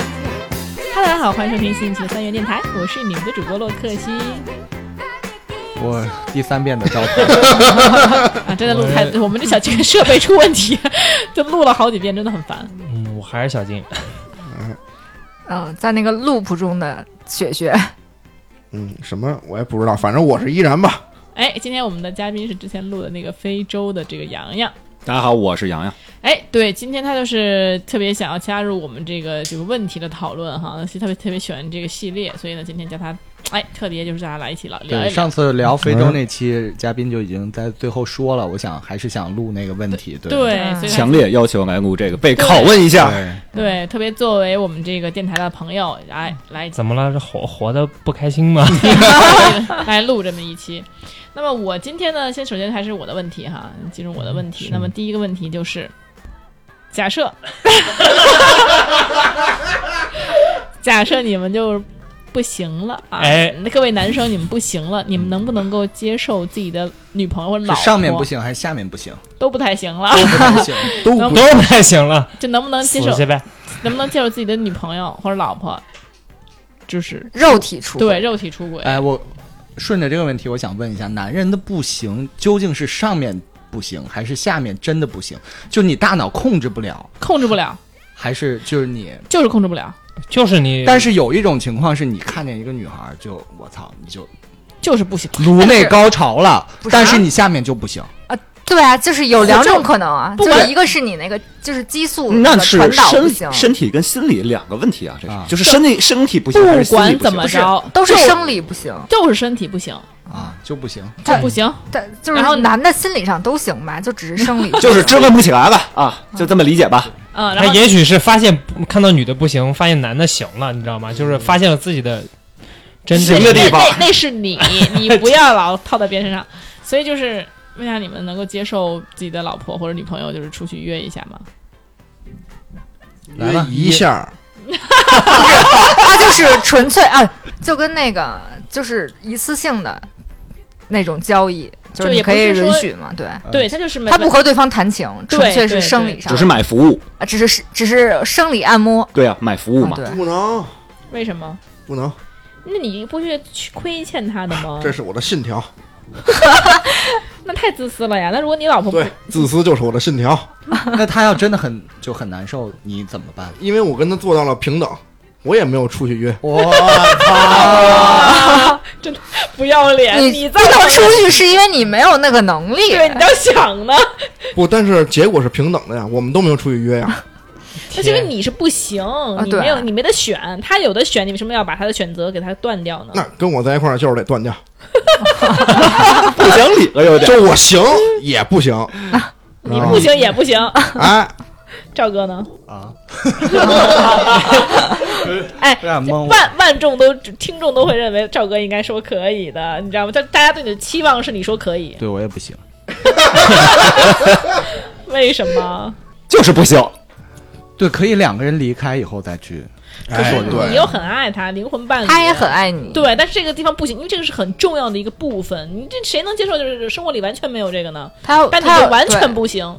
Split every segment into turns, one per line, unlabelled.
哈喽，大家好，欢迎收听新一期的三元电台，我是你们的主播洛克西。
我第三遍的招牌，
啊，真的录太，我们这小这个设备出问题， 就录了好几遍，真的很烦。
嗯，我还是 小金。
嗯，在那个 loop 中的 雪雪，
嗯，什么我也不知道，反正我是依然吧。
哎，今天我们的嘉宾是之前录的那个非洲的这个洋洋。
大家好，我是洋洋。
哎，对，今天他就是特别想要加入我们这个这个问题的讨论哈，特别特别喜欢这个系列，所以呢，今天叫他，哎，特别就是大家来一起聊聊
对，
一聊。
上次聊非洲那期，嘉宾就已经在最后说了，我想还是想录那个问题，对
对，啊所以他
强烈要求来录这个，被拷问一下。
对，特别作为我们这个电台的朋友，来来
怎么了？这活活的不开心吗？
嗯
来录这么一期。那么我今天呢，先首先还是我的问题哈，进入我的问题。那么第一个问题就是，假设，假设你们就不行了啊，
哎
那各位男生你们不行了，你们能不能够接受自己的女朋友或者老
是
婆
上面不行还是下面不行？
都不太行了，
都不太行，都
能
都不太行了，
就能不能接
死
受，
去呗！
能不能接受自己的女朋友或者老婆，就是
肉体出轨
对肉体出轨，
哎，我顺着这个问题，我想问一下，男人的不行究竟是上面不行，还是下面真的不行？就你大脑控制不了，
控制不了，
还是就是你？
就是控制不了，
就是你，
但是有一种情况是你看见一个女孩就我操，你就
就是不行。
颅内高潮了
不，
啊
是
但是你下面就不行。
对啊，就是有两种可能啊，
不
就
管
是一个是你那个就是激素
那
的
是
传导不行
身，身体跟心理两个问题啊，这是
啊
就是身体身体不行，还
不
是心理
管
不行
怎么
不是
着，
都是
就
生理不行，
就是身体不行，
啊，就不行。
就不行。
但就是
然后
男的心理上都行吧，就只是 生 理不行
就是支棱不起来吧？啊，就这么理解吧。
嗯，然
他
后
也许是发现看到女的不行，发现男的行了，你知道吗？就是发现了自己的真正
嗯行的
那
地方
那那是你，你 不要老套在别人身上。所以就是为啥你们能够接受自己的老婆或者女朋友就是出去约一下吗？
来吧
一下，
他就是纯粹啊，就跟那个就是一次性的那种交易，就
就也
你可以
不是说
允许嘛，对。
嗯
对他就是没
他不和对方谈情，
对
纯粹
对
是生理上
只，是买服务，
啊只是只是生理按摩，
对啊，买服务
嗯
嘛。
对，
不能
为什么？
不能，
那你不去去亏欠他的吗？
这是我的信条。
那太自私了呀！那如果你老婆不
对，自私就是我的信条，
那他要真的很就很难受，你怎么办？
因为我跟他做到了平等，我也没有出去约。
我
啊 不要脸，
你不
在
能出去是因为你没有那个能力，
对，你倒想呢，
不，但是结果是平等的呀，我们都没有出去约呀。
那是因为你是不行，你
啊对
没有你没得选，他有的选，你为什么要把他的选择给他断掉呢？
那跟我在一块儿就是得断掉，
不讲理了有点。
就我行也不行，
你不行也不行，
哎，
赵哥呢？
啊，
哎
有，点懵。
万万众都听众都会认为赵哥应该说可以的，你知道吗？就大家对你的期望是你说可以，
对我也不行，
为什么？
就是 不行，
对，可以两个人离开以后再去。
哎
就是
你
对
又，很爱他，灵魂伴侣，
他也很。爱你，
对，但是这个地方不行，因为这个是很重要的一个部分。你这谁能接受？就是生活里完全没有这个呢？
他
但你
他
就完全
对
不行。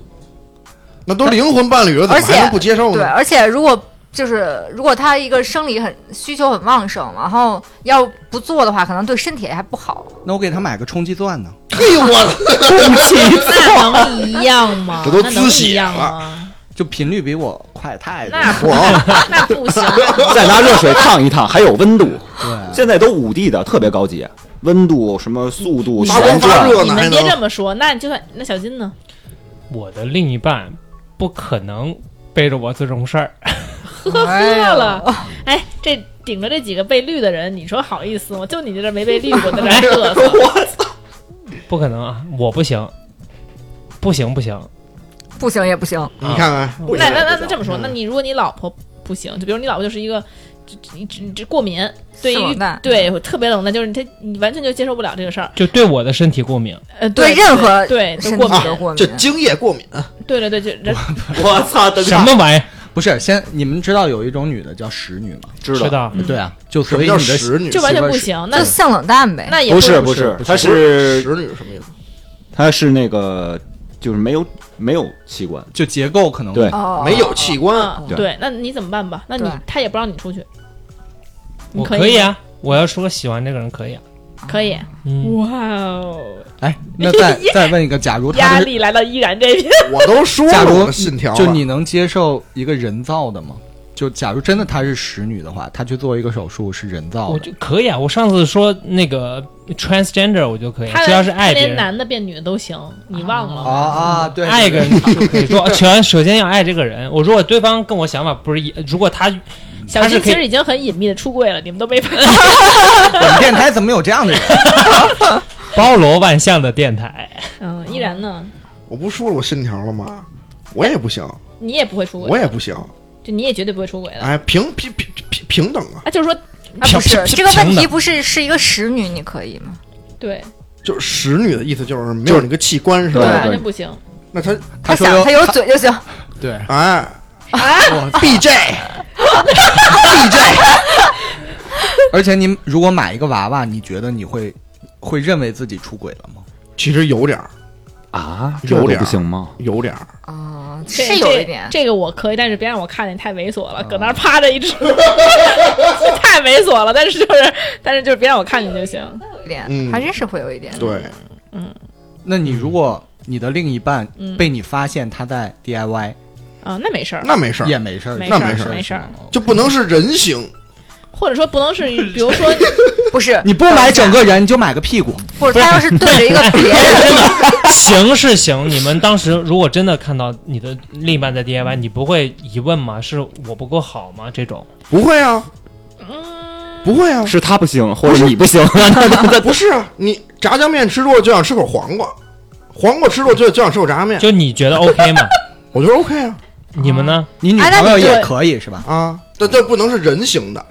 那都灵魂伴侣了，怎
而
么
且
还能不接受
对，
呢？
而且如果就是如果他一个生理很需求很旺盛，然后要不做的话，可能对身体还不好。
那我给他买个充气钻呢？
嘿，我
那 能一样吗？
这都
那能
滋血
一样
了
吗？
就频率比我快太多。
那
我
那不 行。
再拿热水烫一烫，还有温度。
对，
现在都五 D 的，特别高级，温度什么速度
发光
旋
发
转，
热
你
呢，
们
还
别这
能
么说，那就算那小金呢？
我的另一半不可能背着我做这种事儿，
呵呵了，哎，这顶着这几个被绿的人，你说好意思吗？就你这没被绿过的人 嘚瑟。
不可能啊！我不行，不行不行，啊
不行也不行，
你看看，
那那那那这么
嗯
说，那你如果你老婆不行，就比如你老婆就是一个这这这这过敏，对于
冷淡
对我特别冷淡，就是她你完全就接受不了这个事儿。
就对我的身体过敏。
呃，
对任何
对就
身
哎过
体
敏，
都过
这
敏。
精液过敏，
对对对，就人
我操，等一
什
下
么玩意儿？
不是先你们知道有一种女的叫使女吗？
知
知
道？
道？
嗯
对啊，就
什
所
么
以
叫
你的
使女？
就完全不
媳妇儿是
行。那
就性冷淡呗，
那也
不是
不
不
是
是
不，是
他
使
是
女什么意思？
他是那个就是没有没有器官，
就结构可能
对
哦，
没有器官，
嗯
对
对，那你怎么办吧？那你
对
他也不让你出去，你
我
可以
可以啊，我要说喜欢这个人可以啊，
可以。
嗯，
哇哦，
哎，那再再问一个，假如他
压
不是，
力来到依然这边。
我都说
假
了我
如
的信条了，
就你能接受一个人造的吗？就假如真的她是使女的话，她去做一个手术是人造
我
的，
就可以啊，我上次说那个 transgender 我就可以啊，
他
只要是爱
他
别
连
人。哦
男的变女的都行，你忘了
啊
吗？
啊，对，
爱一个人就可以说，全首先要爱这个人。我如果对方跟我想法不是一，如果他
小
他是
金
可
其
以
实已经很隐秘的出柜了，你们都没发现。
我们电台怎么有这样的人？
包罗万象的电台，
嗯，依然呢，
我不说了我信条了吗？我也不行，
你也不会出轨，
我也不行，
就你也绝对不会出轨的。
哎，平平平平平等啊，
啊，就是说，
啊，不是
平平
这个问
平
题，
等
不是是一个使女，你可以吗？
对，
就是使女的意思就是没有那个器官是
对
吧？
完全不行。
那他
她说
想，
有
她有嘴就行。
对，
哎
我
，BJ
而且你如果买一个娃娃，你觉得你会会认为自己出轨了吗？
其实有点儿，
啊，
有
这都
点儿
不行吗？
有点儿，
哦，
这
是有一点。
这，这个我可以，但是别让我看见，太猥琐了，搁那儿趴着一只，太猥琐了。但是就是，但是就是别让我看见就行。
有一点，
嗯
还真是会有一点。
对，
那你如果你的另一半
嗯
被你发现他在 DIY，
啊，那没事儿，
那没事儿，
也没事儿，
没
那
事
没
儿，
事儿
没事儿。
就不能是人形，
或者说不能是，比如说，
不是，
你不买整个人，你就买个屁股。
或者她要是对着一 个别人，
真的行是行。你们当时如果真的看到你的另一半在 DIY，你不会疑问吗？是我不够好吗？这种
不会啊，不会 啊，
是他不行，或者你不行，
不是啊，你炸酱面吃多了就想吃口黄瓜，黄瓜吃多了就就想吃口炸酱面，
就你觉得 OK 吗？
我觉得 OK 啊
你们呢？
你女
哎那
朋友
你
也
对
可以是吧？
啊，但这不能是人形的，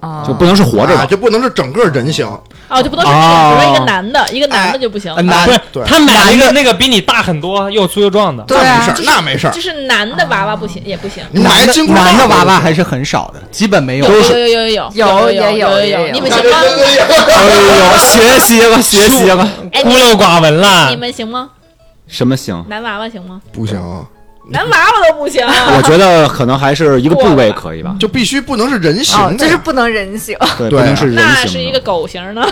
啊，
就不能是活着
啊
的。
就不能是整个人形，
哦，就不能是，比如说一个男的，一个男的就不行啊
呃，，男
不是，
对
他买了一个那个比你大很多又粗又壮的，
对啊
那没
就是
事儿，那没事儿
就，是男的娃娃不行，也不行。
你买
男
一
的
金箍棒
男的娃娃还是很少的，基本没有。
有有有有有有有，你们行吗？
哎呦，学习吧，学习吧。
哎，
孤陋寡闻啦
你。们行吗？
什么行？
男娃娃行吗？
不行，
男娃娃都不行，
我觉得可能还是一个部位可 以吧，
就必须不能是人形
哦，
的，
就是不能人形。
对，不
对啊
能是人
那是一
形
个
的。
狗型的。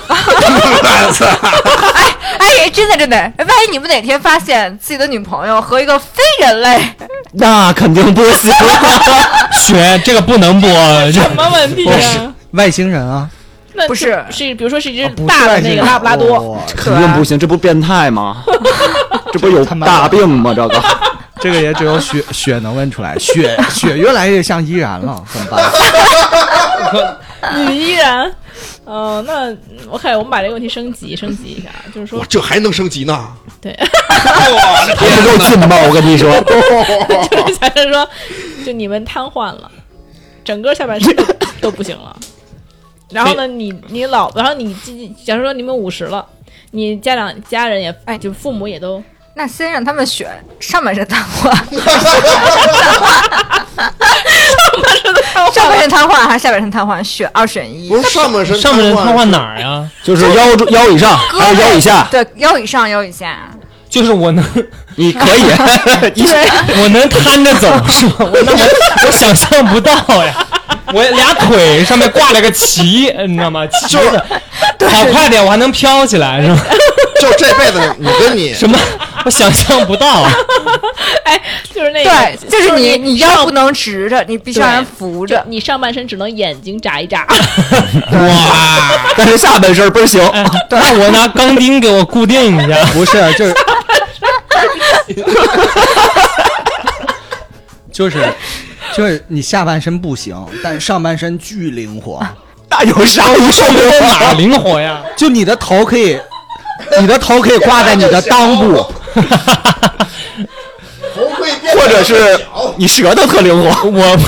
哎，真的真的，万一你们哪天发现自己的女朋友和一个非人类，
那肯定不行。
学这个不能播，
什么问题啊？
外星人啊，
那
不是
是，比如说是一只
啊不
大
是
的
外
那
星
个
人
拉布拉多，
哇
肯定不行，这不变态吗？这不有
他妈的
大病吗？这个
这个也只有雪雪能问出来。雪雪越来越像依然了，怎么办？
你依然，嗯，那我看我们把这个问题升级升级一下，啊就是说
我，这还能升级呢？
对，
我的
还不够劲爆，我跟你说。
就是假设说，就你们瘫痪了，整个下半身都都不行了。然后呢，你你老，然后你自己，假设说你们五十了，你家长家人也，哎，就父母也都，
那先让他们选上半身瘫 痪，上半身瘫痪还是下半身瘫痪？选二选一
不。是上半身，
上半身
瘫
瘫痪哪儿呀？
就是腰中腰以上还哦有腰以下，
对，腰以上，腰以下，
就是我能
你可以，你
我能摊着走是吗？我那我我想象不到呀，我俩腿上面挂了个旗，你知道吗？旗子，跑快点，我还能飘起来是吗？
就这辈子你跟你
什么？我想象不到啊！
哎，就是那
对
个，，
就是你，
你
你腰不能直着，你必须让人扶
就
着。
你上半身只能眼睛眨一 眨。
哇！但是下半身倍儿行，
哎，那我拿钢钉给我固定一下。
不是，啊就是， 就是，就是你下半身不行，但上半身巨灵活，
那有啥？你受不了
哪儿灵活呀？
就你的头可以，你的头可以挂在你的裆 部，
头盔变
或者是 你舌头特灵活，
我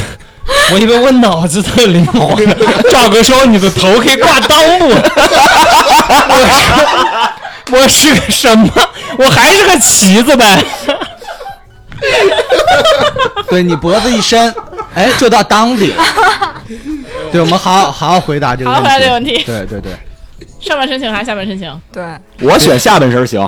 我以为我脑子特灵活呢。 赵哥说你的头可以挂裆部，我是我是个什么？我还是个旗子呗。
对你脖子一伸，哎，就到裆里了。对，我们好好好好回答这个
好
问
好
题。
回答这个问题
对对对，
上半身行还是下半身行？
对，
我选下半身行，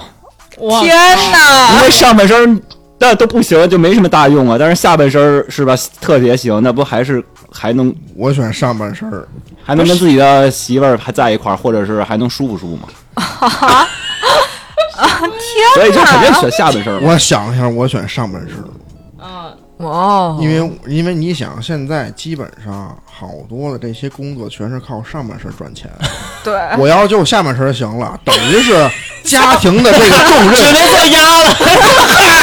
哇，
天哪！
因为上半身那都不行，就没什么大用啊。但是下半身是吧，特别行，那不还是还能
我选上半身儿，
还能跟自己的媳妇儿还在一块儿，或者是还能舒服舒服嘛？所以就肯定选下半身嘛。
我想了一下，我选上半身儿，
啊，
哦，
因为因为你想，现在基本上好多的这些工作全是靠上半身赚钱。
对，
我要是就下半身儿行了，等于是家庭的这个重
只
任。
能做鸭了。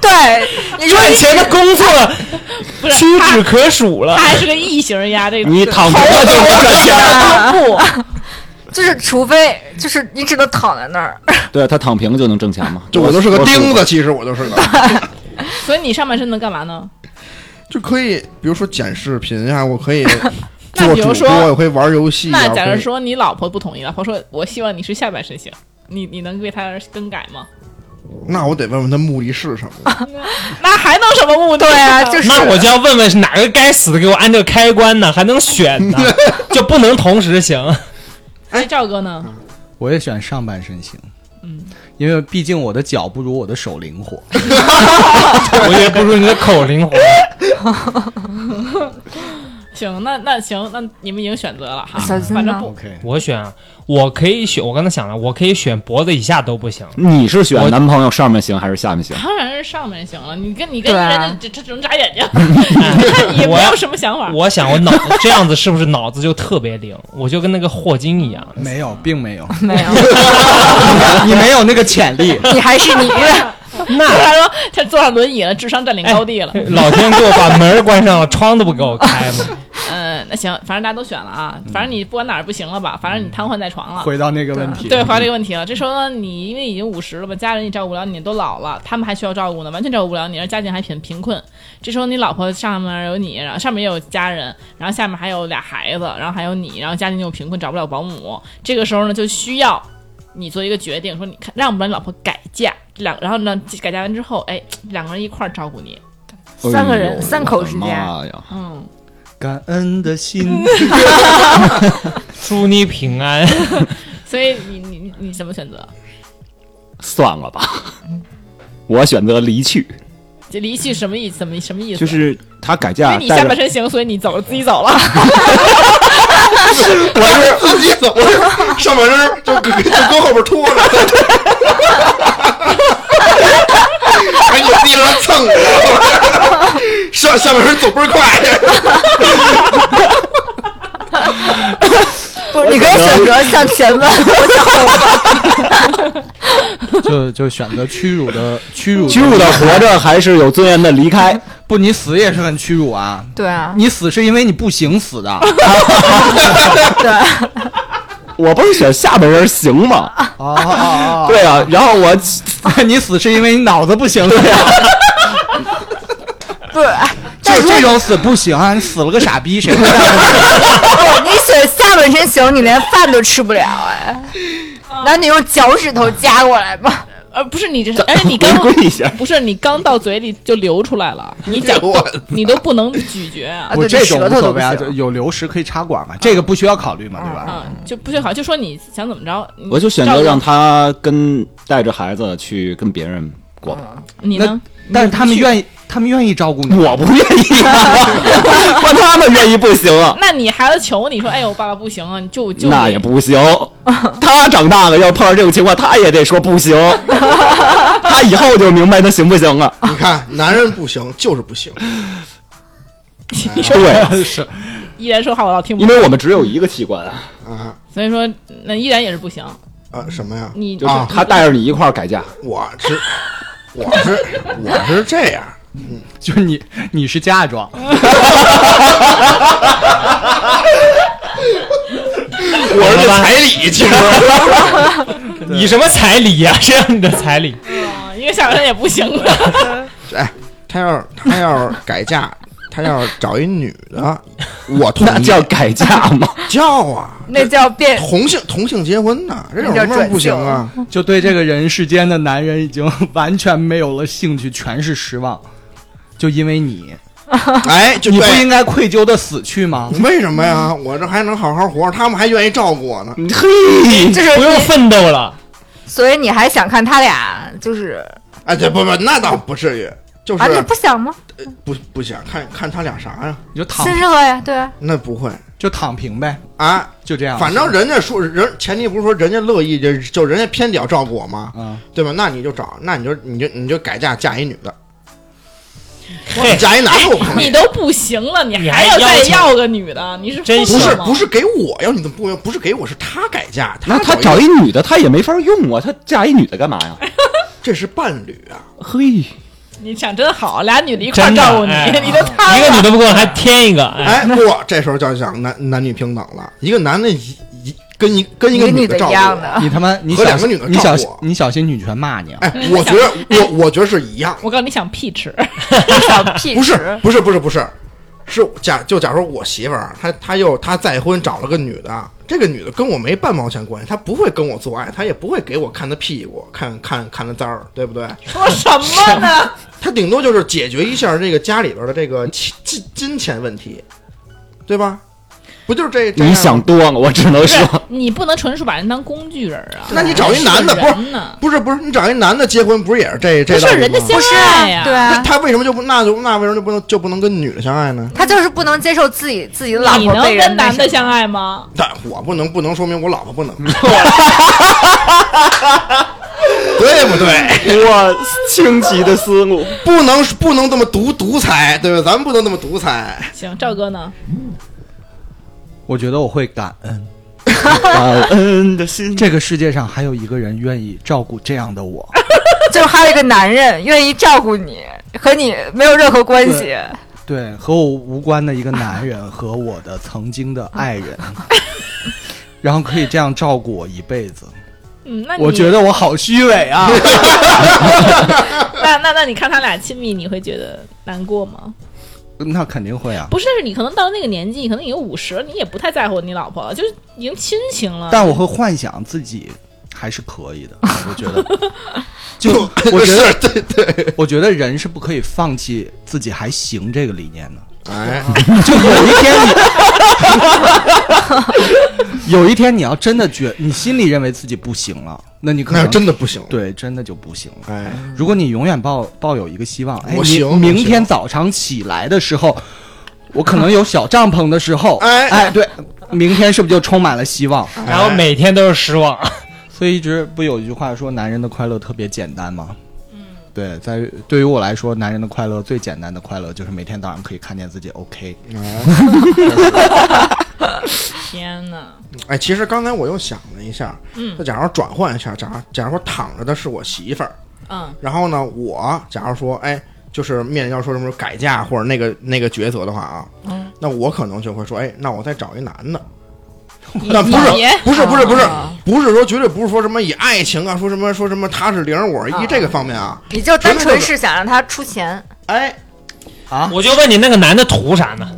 对，你说
赚钱的工作
不是
屈
他
指可数了
他。还是个异形呀，这个
你躺平了就不赚钱，
不，
就是，除非就是你只能躺在那儿，
对他躺平就能挣钱嘛？
就我就是个钉
子。
子，其实我就是个，
所以你上半身能干嘛呢？
就可以，比如说剪视频呀、我可以
那
做
比
主
如说
播，我可以玩游戏呀、
那
我
假
可
如
以
说你老婆不同意，老婆说我希望你是下半身型，你你能为她更改吗？
那我得问问他目的是什么。
那还能什么目的
对啊，就是
那我就要问问是哪个该死的给我安这个开关呢？还能选呢？就不能同时行？
哎，赵哥呢？
我也选上半身型，嗯，因为毕竟我的脚不如我的手灵活。
我也不如你的口灵活。
行，那那行，那你们已经选择了哈，
小金
反正
呢
不
OK，
我选，啊，我可以选。我刚才想了，我可以选脖子以下都不行。
你是
我
选男朋友上面行还是下面行？
当然是上半型了。你跟你跟
对
人
啊
家这这只能眨 眼睛，你看你也
我
没有什么想法。
我想我脑这样子是不是脑子就特别灵？我就跟那个霍金一样。
没有，并没有，
没 有，
你没有那个潜力。
你还是你，
那
他说他坐上轮椅了，智商占领
哎
高地了。
老天给我把门儿关上了，窗都不给我开 吗？
嗯，那行，反正大家都选了啊，反正你不管哪儿不行了吧，反正你瘫痪在床了。
回到那个问题，
啊对，回答这个问题了。这时候呢，你因为已经五十了吧，家人也照顾不了你，都老了，他们还需要照顾呢，完全照顾不了你，而家境还贫贫困。这时候你老婆上面有你，然后上面也有家人，然后下面还有俩孩子，然后还有你，然后家境又贫困，找不了保姆。这个时候呢，就需要你做一个决定，说你看让不让你老婆改嫁，这两然后呢改嫁完之后，哎，两个人一块儿照顾你。
三个
哎
人
呦
三口之家，
妈呀！
嗯，
感恩 的心。
祝你平安。
所以你你你你怎么选择？
算了吧， 我选择离去。
这离去什么意思？怎么什么意思？
就是他改
因
嫁
为你
带
下
着
半身行，所以你走了，自己走了。
我是自己走，我是上半身儿就跟就跟后边拖着，还有地上蹭着，上下半身走倍儿快。
不是你可以选择向前问，
就就选择屈辱的屈辱
屈辱的活着，还是有尊严的离开。
不，你死也是很屈辱啊！
对啊，
你死是因为你不行死的
对，
我不是选下半身行吗？
哦，
对啊，然后我
你死是因为你脑子不行，对呀、
不是，哎
就
但
是
是
这种死不行啊！你死了个傻逼，谁会干这种
不，你选下半身行，你连饭都吃不了哎，那你用脚趾头夹过来吧，
呃，不是你这是，而且你 刚
违规一下，
不是你刚到嘴里就流出来 了，你讲
我
你都不能咀嚼啊，
我
对
这种
舌
无
头
所
都不
谓啊，
行，
就有流食可以插管嘛，这个不需要考虑嘛，对吧？
嗯，就不太好，就说你想怎么着，你
我就选择让
照
他跟带着孩子去跟别人过吧。
顾你
那
呢，
但是他们愿
意，
意，他们愿意照顾你，
我不愿意、啊， 我他们愿意不行啊，
那你孩子求你说，哎呦，我爸爸不行啊，你就就
那
你
也不 行。他长大了要碰上这种情况，他也得说不 行。他以后就明白他行不行 了。
你看，男人不行就是不行，
你说
对啊，
依然说话我老听不
因
懂，
为我们只有一个器官啊，
啊
所以说那依然也是不行，
啊什么呀？
你
就是
啊
他带着你一块儿改 嫁。
我是我是我是这样，
就是你你是嫁妆，
我是彩礼，其实
你什么彩礼呀、谁让你的彩礼？
啊因为下半身也不行 了，
哎，他要是他要是改嫁，他要是找一女的，我同
那
意
叫改嫁吗？
叫啊，
那叫变
同性同性结婚呢，这种
那叫
什么
转
不行啊？
就对这个人世间的男人已经完全没有了兴趣，全是失望，就因为你，
哎，就
你不
对
应该愧疚的死去吗？
为什么呀？我这还能好好活着，他们还愿意照顾我呢。
嘿，
就是
不用
你，
奋斗了，
所以你还想看他俩就是
哎，这不不，那倒不至于。就
啊，你
是
不想吗？
不不想看看他俩啥呀？
你就躺
亲热呀，对啊，
那不会
就躺平呗，
啊，
就这样。
反正人家说人前提不是说人家乐意，就就人家偏得要照顾我吗？
嗯
啊，
对吧？那你就找，那你就你就你就改嫁嫁一女的，
嘿，
嫁一男
哎
的我
哎
不 同
你
意。
都不行了，你
你
还
还
要再
要求
要个女的，你是
真
疯
不
了
是
吗
不是给我呀？你怎么不不是给我？是他改嫁，
那他
找
找一女的，他也没法用啊，他嫁一女的干嘛呀？
这是伴侣啊，
嘿，
你想真好，俩女的一块儿
真的
照顾你，
哎
你都
一
瘫
个
了。
女的不够，还添一个，哎，
哎，不，这时候就要讲男男女平等了，一个男的一一跟一跟一个
跟女
的
的
照
一
顾
样
我。
的。
啊
你他妈你
和
小
两个
心
女的
你小
照
心
顾
你小心女权骂你啊！
哎，我觉得我我觉得是一样的，
我告诉你，想屁 吃，
小屁
不是
池
不是不是不是，是假就假如我媳妇儿，她她又她再婚找了个女的，这个女的跟我没半毛钱关系，她不会跟我做爱，她也不会给我看她屁股，看看看她崽儿，对不对？
说什么呢？
她顶多就是解决一下这个家里边的这个金金金钱问题，对吧？不就是这？这样
你
吗
想多了，我只能
不是
说，
你不能纯属把人当工具人啊！
那你找一男的
是
不是
人呢？
不是不是，你找一男的结婚不是也是这这
不
道
是
理
人家
吗
相爱呀、
对
那
啊，
他为什么就不那就那为什么就不能就不能跟女的相爱呢？
他就是不能接受自己自己的老
你
婆被
能
人
跟
那
男的
什么
相爱吗？
但我不能不能说明我老 婆不能，对不对？
哇，清奇的思 路。
不能不能这么独独裁，对吧？咱们不能这么独裁。
行，赵哥呢？
我觉得我会感恩，
感恩的心。
这个世界上还有一个人愿意照顾这样的我。
就是还有一个男人愿意照顾你，和你没有任何关系。
对，和我无关的一个男人和我的曾经的爱 人，然后可以这样照顾我一辈子，
嗯，那你
我觉得我好虚伪 啊！
那那那你看他俩亲密，你会觉得难过吗？
那肯定会啊，
不是，但是你可能到那个年纪，你可能已经五十，你也不太在乎你老婆了，就是已经亲情
啊
了。
但我会幻想自己还是可 以的，我觉得。就
就
我觉得，
是对对，
我觉得人是不可以放弃自己还行这个理念的。
哎，
就有一天你，有一天你要真的觉，你心里认为自己不行了，那你可
那
能
真的不行。，
对真的就不行了。
哎，
如果你永远抱抱有一个希望，哎，
我
你
行我
明天
行
早上起来的时候，我可能有小帐篷的时候，
哎
哎，对，明天是不是就充满了希望？
然后每天都是失望，
所以一直不有一句话说，男人的快乐特别简单吗？嗯，对，在于对于我来说，男人的快乐最简单的快乐就是每天早上可以看见自己 OK。
天哪，
哎，其实刚才我又想了一下，嗯，就假如转换一下，假如假如说躺着的是我媳妇儿，
嗯，
然后呢，我假如说，哎，就是面临要说什么改嫁或者那个那个抉择的话啊，嗯，那我可能就会说，哎，那我再找一男的。那不是
你
不是不是不是
啊
不是说绝对不是说什么以爱情啊，说什么说什么他是零我是一
啊
这个方面啊，
你就单纯是想让他出钱，
哎，
我就问你那个男的图啥呢？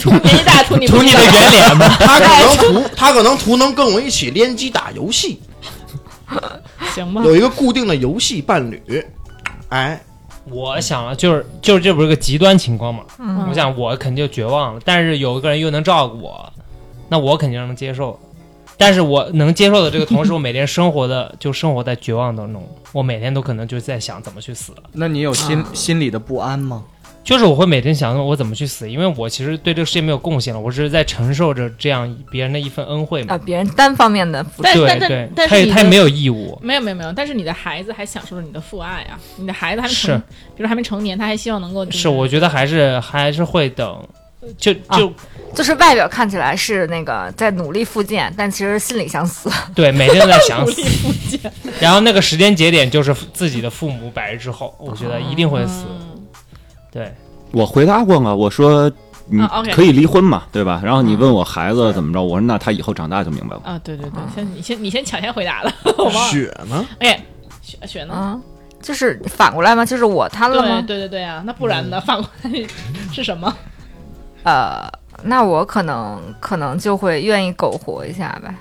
图年纪大，图你
图
不
你
知
的
道
圆脸吗？
他可能图他可能图能跟我一起联机打游戏，
行吧？
有一个固定的游戏伴侣，哎，
我想了，就是就是这不是个极端情况嘛？
嗯
我想我肯定就绝望了，但是有一个人又能照顾我，那我肯定能接受。但是我能接受的这个同时，我每天生活的就生活在绝望当中，我每天都可能就在想怎么去死，
那你有心、
啊
心里的不安吗？
就是我会每天想我怎么去死，因为我其实对这个世界没有贡献了，我只是在承受着这样别人的一份恩惠
啊，
嘛。
别人单方面的付出。
但
对
但
对
但，但
他
是
也
你
他也
的
没有义务，
没有没有没有，但是你的孩子还享受着你的父爱啊！你的孩子还没
是
成，比如还没成年，他还希望能够就是
我觉得还是还是会等，就就、
啊
就是外表看起来是那个在努力复健，但其实心里想死。
对每天都在 想
努
死
力，不见。
然后那个时间节点就是自己的父母百日之后，我觉得一定会死。
嗯
对，
我回答过了，我说你
啊，OK
可以离婚嘛，对吧？然后你问我孩子怎么着，我说那他以后长大就明白了。
啊，对对对，先你先你先抢先回答了， 我忘了。
雪呢？
哎，雪雪呢？
嗯，就是反过来吗？就是我贪了
对
吗？
对对对啊，那不然
嗯
呢？反过来是什么？
呃，那我可能可能就会愿意苟活一下吧。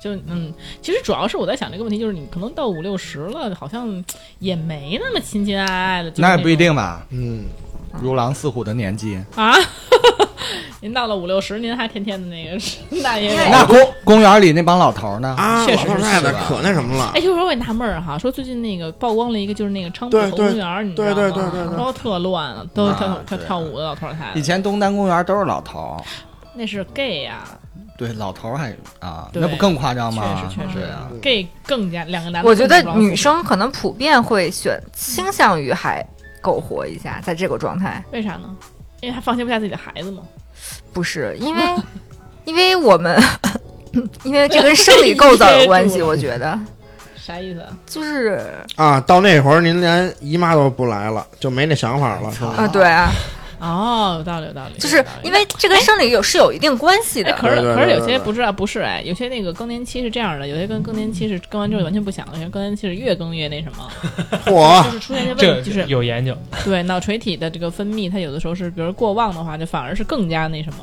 就嗯，其实主要是我在想这个问题，就是你可能到五六十了，好像也没那么亲亲爱爱的，就是
那也不一
种
定吧。
嗯，
如狼似虎的年纪，
啊。 您到了五六十，您还天天的那个， 那也得
那公公园里那帮老头儿呢？
啊，
确
老
实
头
是
太太
吧
可那什么了
哎，，就是我也纳闷儿哈，说最近那个曝光了一个，就是那个昌普
对
头
对
公园儿，你知道
对
吗？
对对对对
然后特乱啊，都
啊
跳跳
对
跳舞的老头儿太
以
太，
前东单公园都是老头儿，
那是 gay 啊呀、
对，老头儿还啊，
对
那不更夸张吗？
确实确实
对啊，
g a y 更加两个男的，
我觉得女生可能普遍会选倾向于还苟活一下，在这个状态，
为啥呢？因为她放心不下自己的孩子嘛。
不是 因为因为我们 因为这跟生理构造有关
噎
系，
住了
我觉得
啥意思啊？
就是
啊，到那会儿您连姨妈都不来了，就没那想法
哎
了，是吧？
啊，对啊，
哦，有道理，有道理。
就是
有道理
因为这跟生理有是有一定关系
哎，
的。
可是
对对
可是
对
有
对
些
对
不是啊，不是哎，有些那个更年期是这样的，有些跟更年期是更完之后完全不想，有些更年期是越更越那什么，
嚯
就，是出现一些问
这
题，就是
有研究，
对脑垂体的这个分泌，它有的时候是，比如过旺的话，就反而是更加那什么，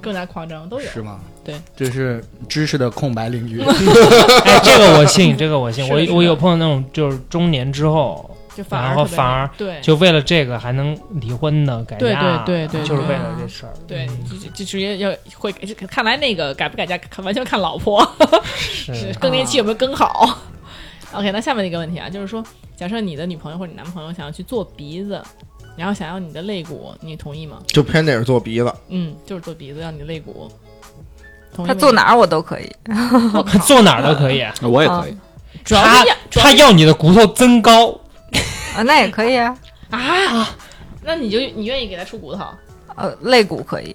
更加夸张，都有。
是吗？
对，
这是知识的空白领 域。
哎，这个我信，这个我信。
是
我
的是的
我有朋友那种就是中年之后，
就反
然
而
后
特别
反而
对
就为了这个还能离婚的改
哎对
嫁，
对对对
就是
对
为了这事儿。
对
嗯，
就就直接要会，看来那个改不改嫁，看完全看老婆。
是啊
更年期有没有更好？OK，那下面一个问题啊，就是说，假设你的女朋友或者你男朋友想要去做鼻子，然后想要你的肋骨，你同意吗？
就偏得是做鼻子，
嗯，就是做鼻子要你的肋骨，同意
他
吗
坐？哪儿我都可以，
我靠
坐哪儿都可以，
我也
啊
可以，
主要是要主要
他要你的骨头增高，
啊，那也可以啊，
啊，那你就你愿意给他出骨头？
呃，肋骨可以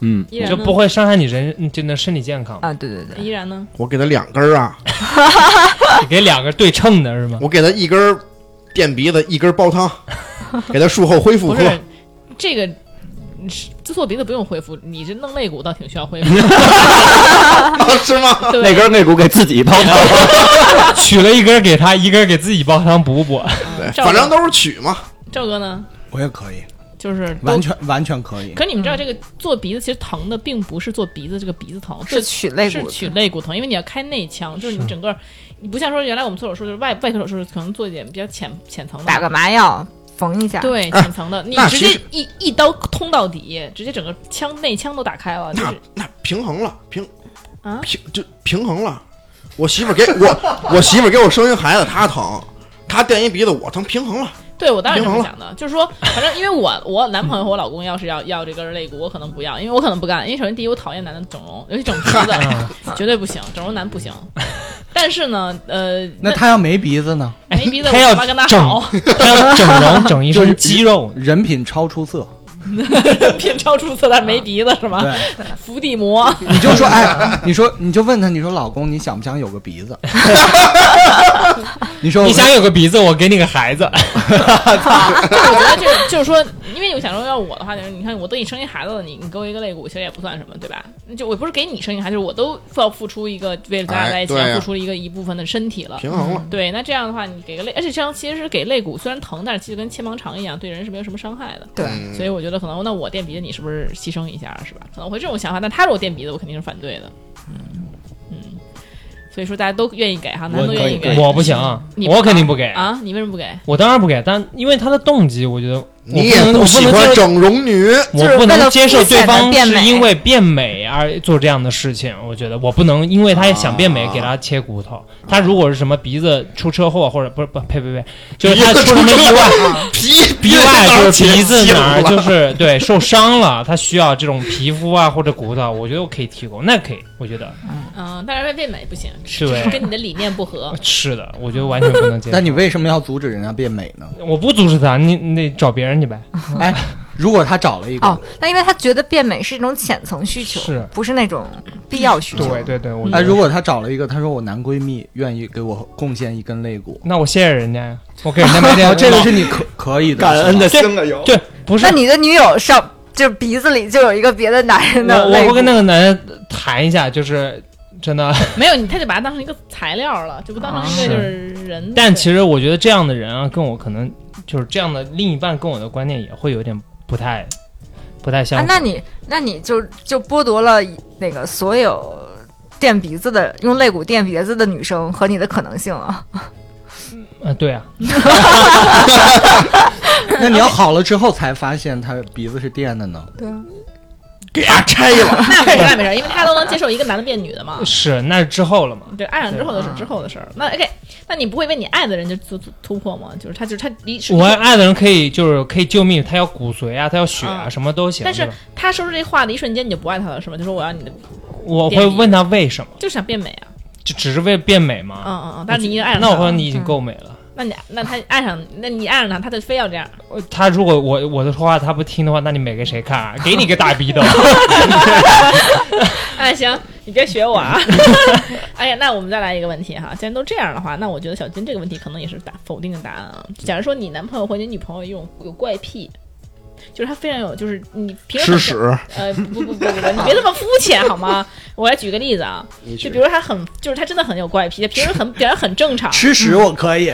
嗯，
依然
就
呢
不会伤害你人，就那身体健康。
啊，对对对，
依然呢？
我给他两根儿啊，
啊
你给两个对称的是吗？
我给他一根儿垫鼻子，一根儿煲汤，给他术后恢复
不
科。
是这个。嗯是做鼻子不用恢复，你这弄肋骨倒挺需要恢复的，
啊是吗？
对
那
吧？
根肋骨给自己包汤，
取了一根儿给他，一根儿给自己煲汤补补。
对，
赵
反正
哥
都是取嘛。
啊
赵哥呢，
我也可以，
就是都
完全完全可以。
可你们知道，这个做鼻子其实疼的并不是做鼻子这个鼻子疼，
是取肋
是
骨
取肋骨疼，因为你要开内腔，就是你整个，你不像说原来我们做手术就是外外科手术，可能做一点比较浅浅层的，
打个麻药缝一下，
对
哎
浅层的，你
那
直
其
接
实
一一刀通到底，直接整个腔内腔都打开了，就是
那那平衡了，平
啊
平就平衡了。我媳妇儿给我，我媳妇儿给我生一孩子，她疼，她垫一鼻子，我疼，平衡了。
对我当然是这
平
么
衡
想的，就是说，反正因为我我男朋友和我老公要是要要这根肋骨，我可能不要，因为我可能不干，因为首先第一我讨厌男的整容，尤其整鼻子
啊
绝对不行，整容男不行。 但是呢，呃，
那他要没鼻子呢？
那没鼻子，
他
我
要
他妈跟他
整
好。
他要整容整一
就是
身肌肉，
人品超出色。
偏超出色，但没鼻子是吗？
对，
伏地魔，
啊 你就说，哎，你说你就问他，你说老公，你想不想有个鼻子？ 你说
你想有个鼻子，我给你个孩子。
但我觉得这就是说，因为我想说，要我的话，就是你看，我都给你生一孩子了，你你给我一个肋骨，其实也不算什么，对吧？就我不是给你生一个孩子，就是我都要付出一个为了咱俩
哎
在一起，
对
要
啊
付出一个一部分的身体了。
平衡了，
对，那这样的话，你给个肋，而且这样其实是给肋骨，虽然疼，但是其实跟切盲肠一样，对人是没有什么伤害的。
对
嗯
所以我觉得可能，那我垫鼻子，你是不是牺牲一下，是吧？可能会这种想法，但他如果垫鼻子，我肯定是反对的。嗯，所以说大家都愿意给哈，男的都愿意给。
我不行，
你
我肯定不给。
啊！你为什么不给？
我当然不给，但因为他的动机，我觉得我
你也
能，我不
喜
能
欢
接受，
整容女，
我不
就是为
能
了
接受
肤浅的
对方
变
是
美
因为变美而做这样的事情。我觉得我不能因为他想变美
啊
给他切骨头。他如果是什么鼻子出车祸，或者不是不呸呸呸，就是
鼻
他
子
出什么
出车
意
祸
外。
鼻
鼻外就是鼻子哪儿就
了。
是对受伤了，他需要这种皮肤啊或者骨头，我觉得我可以提供，那可以，我觉得
嗯，但是为变美不行，
是
就是
呗。
跟你的理念不合
是的，我觉得完全不能接受
那。你为什么要阻止人家变美呢？
我不阻止他，你你得找别人去呗。
哎，如果他找了一
哦
个，，
那因为他觉得变美是一种浅层需求，
是
不是那种必要需求？
对对对，我觉
哎，
得
如果他找了一个，他说我男闺蜜愿意给我贡献一根肋骨，
那我谢谢人家 呀，我给人家买点
哦，这个是你可可以的，
感恩的
是吧
心了有。
对，不是
那你的女友上就鼻子里就有一个别的男人
我
的
我
肋
会
骨
跟那个男人谈一下，就是真的。
没有，你他就把它当成一个材料了，就不当成一
啊
个就是人。
但
对
其实我觉得这样的人啊，跟我可能就是这样的另一半跟我的观念也会有点不太不太相
啊
符。，
那你那你就就剥夺了那个所有垫鼻子的用肋骨垫鼻子的女生和你的可能性啊！
啊，对啊，
那你要好了之后才发现他鼻子是垫的呢？
对啊，
给他拆了。
那没事那没事，因为他都能接受一个男的变女的嘛。
是，那是之后了嘛？
对，爱上之后的事，之后的事儿。那 OK，那你不会为你爱的人就突突突破吗？就是他，就是他离是
我爱的人可以就是可以救命，他要骨髓啊，他要血啊，
嗯
什么都行。
但是
对吧
他说出这话的一瞬间，你就不爱他了，是吗？就说我要你的，
我会问他为什么，
就是想变美啊。
就只是为了变美
嗯
吗？
嗯嗯。但是你已经爱上他
那
了，嗯
我说你已经够美了。
那你那他爱上，那你爱上他，他就非要这样。
呃他如果我我的说话他不听的话，那你美给谁看啊？给你个大 逼的！
哎，行，你别学我啊。 哎呀，那我们再来一个问题哈。既然都这样的话，那我觉得小金这个问题可能也是答否定的答案啊。假如说你男朋友或者你女朋友有有怪癖，就是他非常有，就是你平时
吃屎，
呃，不不不不不，你别这么肤浅好吗？我来举个例子啊，就比如他很，就是他真的很有怪癖，他平时很表现很正常，
吃屎我可以，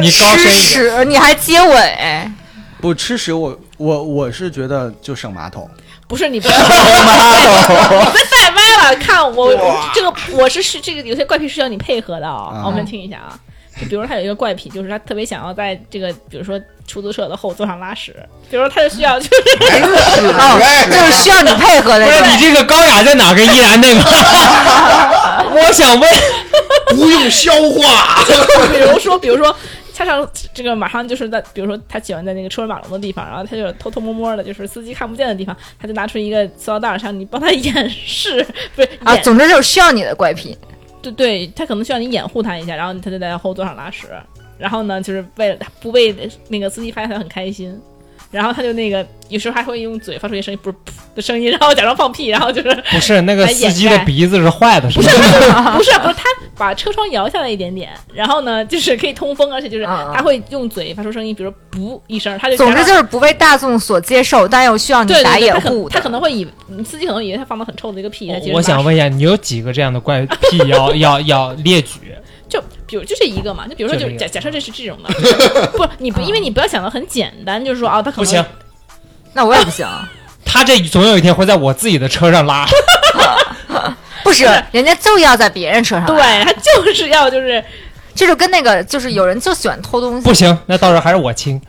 你高
吃
深一点，
屎你还接吻，
不吃屎我我我是觉得就省马桶。
不是你 不要你别再歪了，看我这个我是是这个有些怪癖是需要你配合的啊、
啊
我们听一下啊。就比如说他有一个怪癖，就是他特别想要在这个，比如说出租车的后座上拉屎。比如说他就需要，就是
还是屎
啊
呗
哦就是需要你配合的
不。是你这个高雅在哪跟依 然那个？我想问，
不用消化。
比如说，比如说，他上这个马上就是在，比如说他喜欢在那个车水马龙的地方，然后他就偷偷摸摸的，就是司机看不见的地方，他就拿出一个塑料袋，想你帮他 掩饰，不是
啊，
掩，
总之就是需要你的怪癖，
对对，他可能需要你掩护他一下，然后他就在后座上拉屎，然后呢，就是为了不被那个司机发现，他很开心。然后他就那个，有时候还会用嘴发出一个声音，不是噗的声音，然后假装放屁，然后就是
不是那个
来
司
掩
机的
盖
鼻子是坏的，是 吧？
不是不是，他把车窗摇下来一点点，然后呢，就是可以通风，而且就是
啊啊
他会用嘴发出声音，比如说“噗”一声，他就
总之
假
就是不为大众所接受，但又需要你
对对
打
对
掩
他可
护的。
他可能会以你司机可能以为他放了很臭的一个屁，他其实
我我
拉
想
屎
问一下，你有几个这样的怪癖 要要要列举？
就比如就这一个嘛，就比如说
就
就是
这个
假假设这是这种的， 不你不因为你不要想的很简单，就是说啊，他可
不
能
行，
那我也 不行，
他这总有一天会在我自己的车上 拉。
不是，人家就要在别人车上，
对他就是要就是
这就跟那个就是有人就喜欢偷东西，
不行，那到时候还是我清，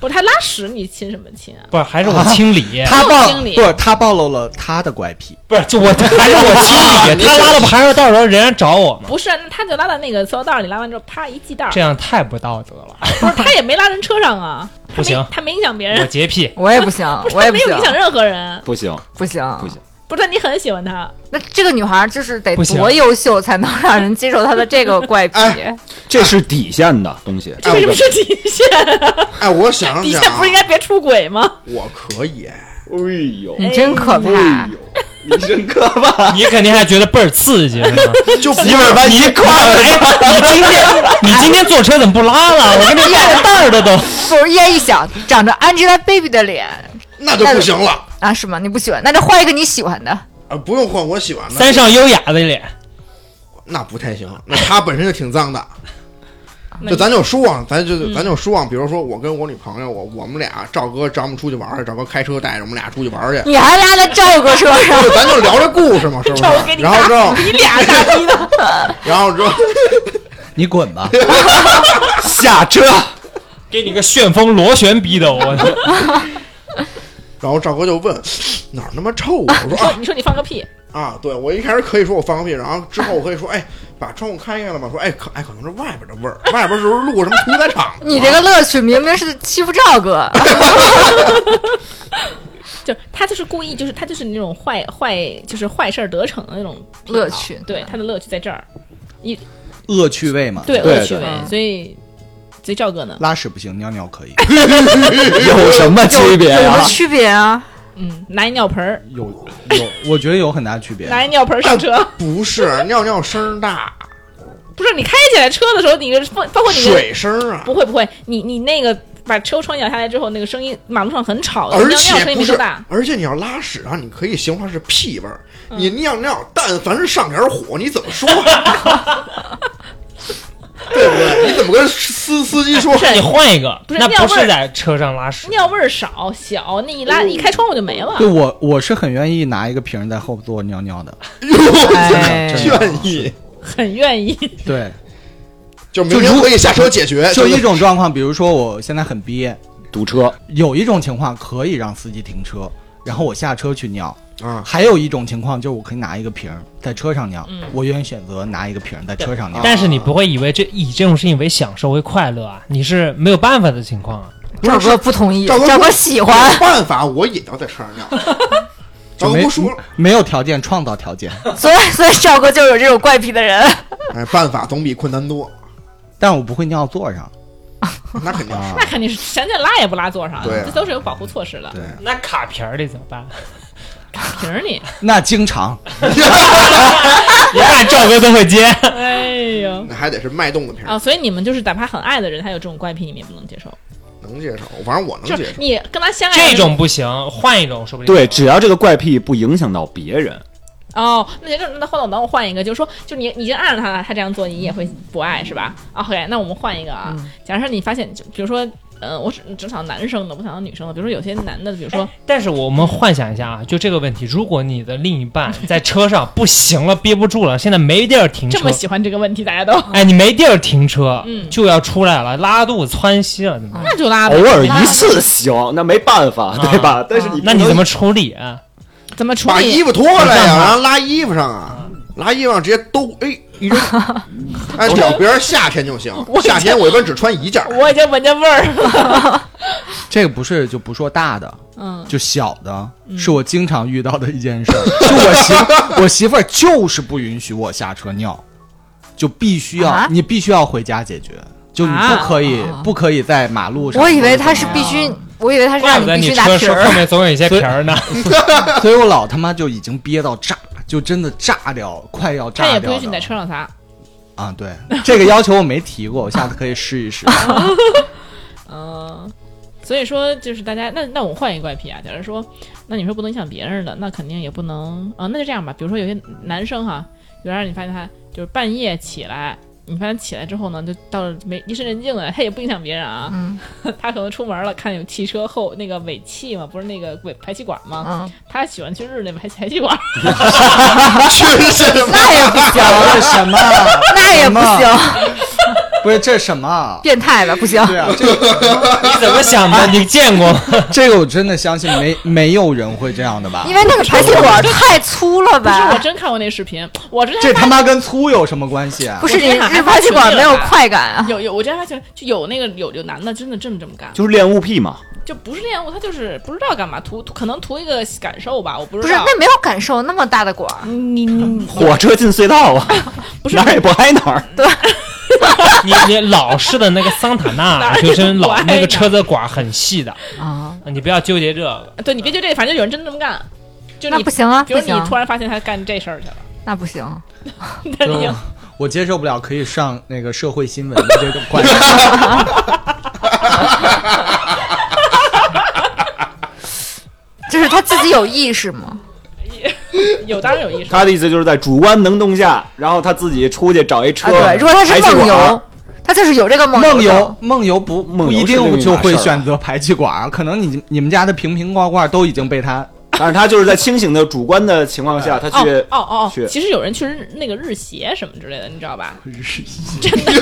不是他拉屎你亲什么亲啊？
不是还是我清 理，
他
没有
暴
经理
不是他暴露了他的怪癖，
不是就我还是我清理。 他拉了不还是到时候人家找我吗？
不是啊，那他就拉到那个塑料袋里，拉完之后啪一系袋儿，
这样太不道德了，
不是他也没拉人车上啊，他
不
没
行
他没影响别
我
人，
洁癖。
我也不行，
不是
我也
他
不
没有
行
影，响任何人。
不行
不行，
不行。
不是你很喜欢
啊
他，
那这个女孩就是得
不行
多优秀才能让人接受她的这个怪癖？
哎
这是底线的东西。
这为什么是底线？
哎， 我想啊想，
底线不是应该别出轨吗？
我可以哎。
哎呦，哎
你真可
哎
怕！
你真可怕！
你肯定还觉得倍儿刺激，是吗？
就不
媳妇儿把你夸
哎，你今天你 今天坐车怎么不拉了？我跟这
哎
带着袋儿的都。
不是，夜一想，长着 Angelababy 的脸
那就不行了
啊，是吗？你不喜欢，那就换一个你喜欢的。
啊！不用换我喜欢的，
三上优雅的脸，
那不太行。那他本身就挺脏的，
那
就
你
咱就说啊，咱就咱就说啊，比如说我跟我女朋友，我我们俩赵哥找我们出去玩儿去，赵哥开车带着我们俩出去玩儿去，
你还拉在赵哥车上，
就咱就聊这故事嘛，是不是
赵哥给？你
然后之后，
你俩大逼的，
然后之后，
你滚吧！
下车，
给你个旋风螺旋逼的，我
然后赵哥就问 哪儿他妈臭啊？ 我说啊
你说你放个屁，
啊，对我一开始可以说我放个屁，然后之后我可以说，哎，把窗户开开了嘛，说哎可哎可能是外边的味儿， 外边是不是路过什么屠宰 场？
你这个乐趣明明是欺负赵哥，
就他就是故意，就是他就是那种坏坏，就是坏事儿得逞的那种癖好
乐趣
对他的乐趣在这儿，
恶趣味嘛，
对
对
恶趣味
对，
所以所以赵哥呢，
拉屎不行，尿尿可 以。
有什么区别
有什么
啊？
区别啊？
嗯，拿一尿盆儿，
有有，我觉得有很大区别。
拿一尿盆儿上 车，
不是尿尿声儿大，
不是你开起来车的时候，你放包括你的
水声儿啊，
不会不会，你你那个把车窗摇下来之后，那个声音马路上很吵的，
而
尿尿
且
声音
不
没
是
多大，，嗯
而且你要拉屎啊，你可以形容它是屁味儿。你尿尿，但凡是上点儿火，你怎 么说？ 对不对？你怎么跟司司机 说？
你换一个，
不是
那不
尿味
是
儿
在车上拉屎，
尿味儿少小，那一
哦
拉一开窗户就没了。
对我我是很愿意拿一个瓶儿在后座尿尿的，
哟，
哎
愿意
很愿意。
对，
就明
就
明
如
可以下车解决，
就
真的
一种状况，比如说我现在很憋，
堵车，
有一种情况可以让司机停车，然后我下车去尿；
啊，
还有一种情况就是我可以拿一个瓶儿在车上尿，我永远选择拿一个瓶儿在车上尿。
但是你不会以为这以这种事情为享受为快乐啊，你是没有办法的情况啊。
不是
赵哥不同意，
赵哥
赵哥喜欢，
没办法，我也要在车 上尿。
就
赵哥
没
不说了，
没有条件创造条件，
所以所以赵哥就是有这种怪癖的人。
哎，办法总比困难多，
但我不会尿座上。
那肯定是
啊
那肯定是想起来拉也不拉座上，
对啊啊
这都是有保护措施的。
对，
那卡瓶儿里怎么 办？
凭着 你，
那经常
你看赵哥都会接，
哎呦
那还得是脉动的瓶儿，
啊！所以你们就是哪怕很爱的人，他有这种怪癖，你们也不能接受。
能接受，反正我能
就
接
是
受。
你跟他相爱的
这
人
种不行，换一种说不定。
对，只要这个怪癖不影响到别人，
哦，那就那换等等我换一个，就是说，就你你已经爱上他了，他这样做你也会不爱是吧啊？OK，那我们换一个啊。假设你发现，就比如说，呃，我只只想男生的，不想要女生的。比如说有些男的，比如说
但是我们幻想一下啊，就这个问题，如果你的另一半在车上不行了，憋不住了，现在没地儿停
这
车
么，喜欢这个问题，大家都
哎，你没地儿停车，
嗯
就要出来了，拉肚子、窜稀了，怎么办？
那就拉倒
偶尔一次行，那没办法，对吧？但是啊你
那你怎么处理啊？
怎么处
把
理
衣？服脱下来
你
呀，
干嘛
然后拉衣服上啊，拉衣服上直接兜，哎，一扔。哎，只要别人夏天就行，夏天我一般只穿一件儿。
我已经闻见味儿了。
这个不是就不说大的，
嗯，
就小的，
嗯
是我经常遇到的一件事儿。就我媳 我媳妇儿就是不允许我下车尿，就必须要、
啊
你必须要回家解决，就你不可以、不可以在马路上。
我以为他是必须，我以为他是
怪
让
不
你
得
必须拿
车
皮
是后
儿。
面总有一些皮儿呢。
所以我老他妈就已经憋到炸，就真的炸掉，快要炸
他也
掉了。
不允许你在车上撒。
啊！对，这个要求我没提过，我下次可以试一 试。
嗯，所以说就是大家，那那我换一个怪癖啊。假如说，那你说不能影响别人的，那肯定也不能啊、那就这样吧，比如说有些男生哈，有让你发现他就是半夜起来，你发现起来之后呢，就到了没夜深人静了，他也不影响别人啊。
嗯
他可能出门了，看有汽车后那个尾气嘛，不是那个尾排气管嘛，
嗯，
他喜欢去日那排排气管。
去 什么？
那也不行，
这是什么？
那也不行，
不是这是什么？
变态了，不行。
对啊，这个
你怎么想的？ 你见过吗？
这个我真的相信没没有人会这样的吧
因？为那个排气管太粗了
不是，我
吧？
真看过那视频，我之前
这
发
他妈跟粗有什么关系啊？
不是
我
你
真的还
日排气管没有
发群里了
快感啊？
有有，我之前发现就有那个有有男的真的这么这么干。
就是恋物癖嘛？
就不是恋物，他就是不知道干嘛，图图可能图一个感受吧，我不
不
知
是，
道。
那没有感受那么大的管儿，
你你
火车进隧道啊，
不是
哪儿也不挨哪儿。
你你老式的那个桑塔
哪
纳
儿有
就是老
拐
那个
呀
车子管很细的，
啊，
你不要纠结这个。
对你别就这，反正有人真的这么干，就
那
你
不，行啊，
比
不
如你
行，
突然发现他干这事儿去了，
那不行。
那你就
我接受不了，可以上那个社会 新闻的这种观点。
就是他自己有意识吗？
有当然有意识，
他的意思就是在主观能动下，然后他自己出去找一车。
啊，对，如果他是
排气
梦
管儿
游，他就是有这个梦
梦
游
游，梦游不
梦
不
游
一
是另
定
一
就
码
会
事儿
选择排气管儿，可能你你们家的瓶瓶罐罐都已经被 他
但是他就是在清醒的主观的情况下，他
哦
去
哦哦哦，
去
其实有人去日那个日协什么之类的，你知道吧？日协真的，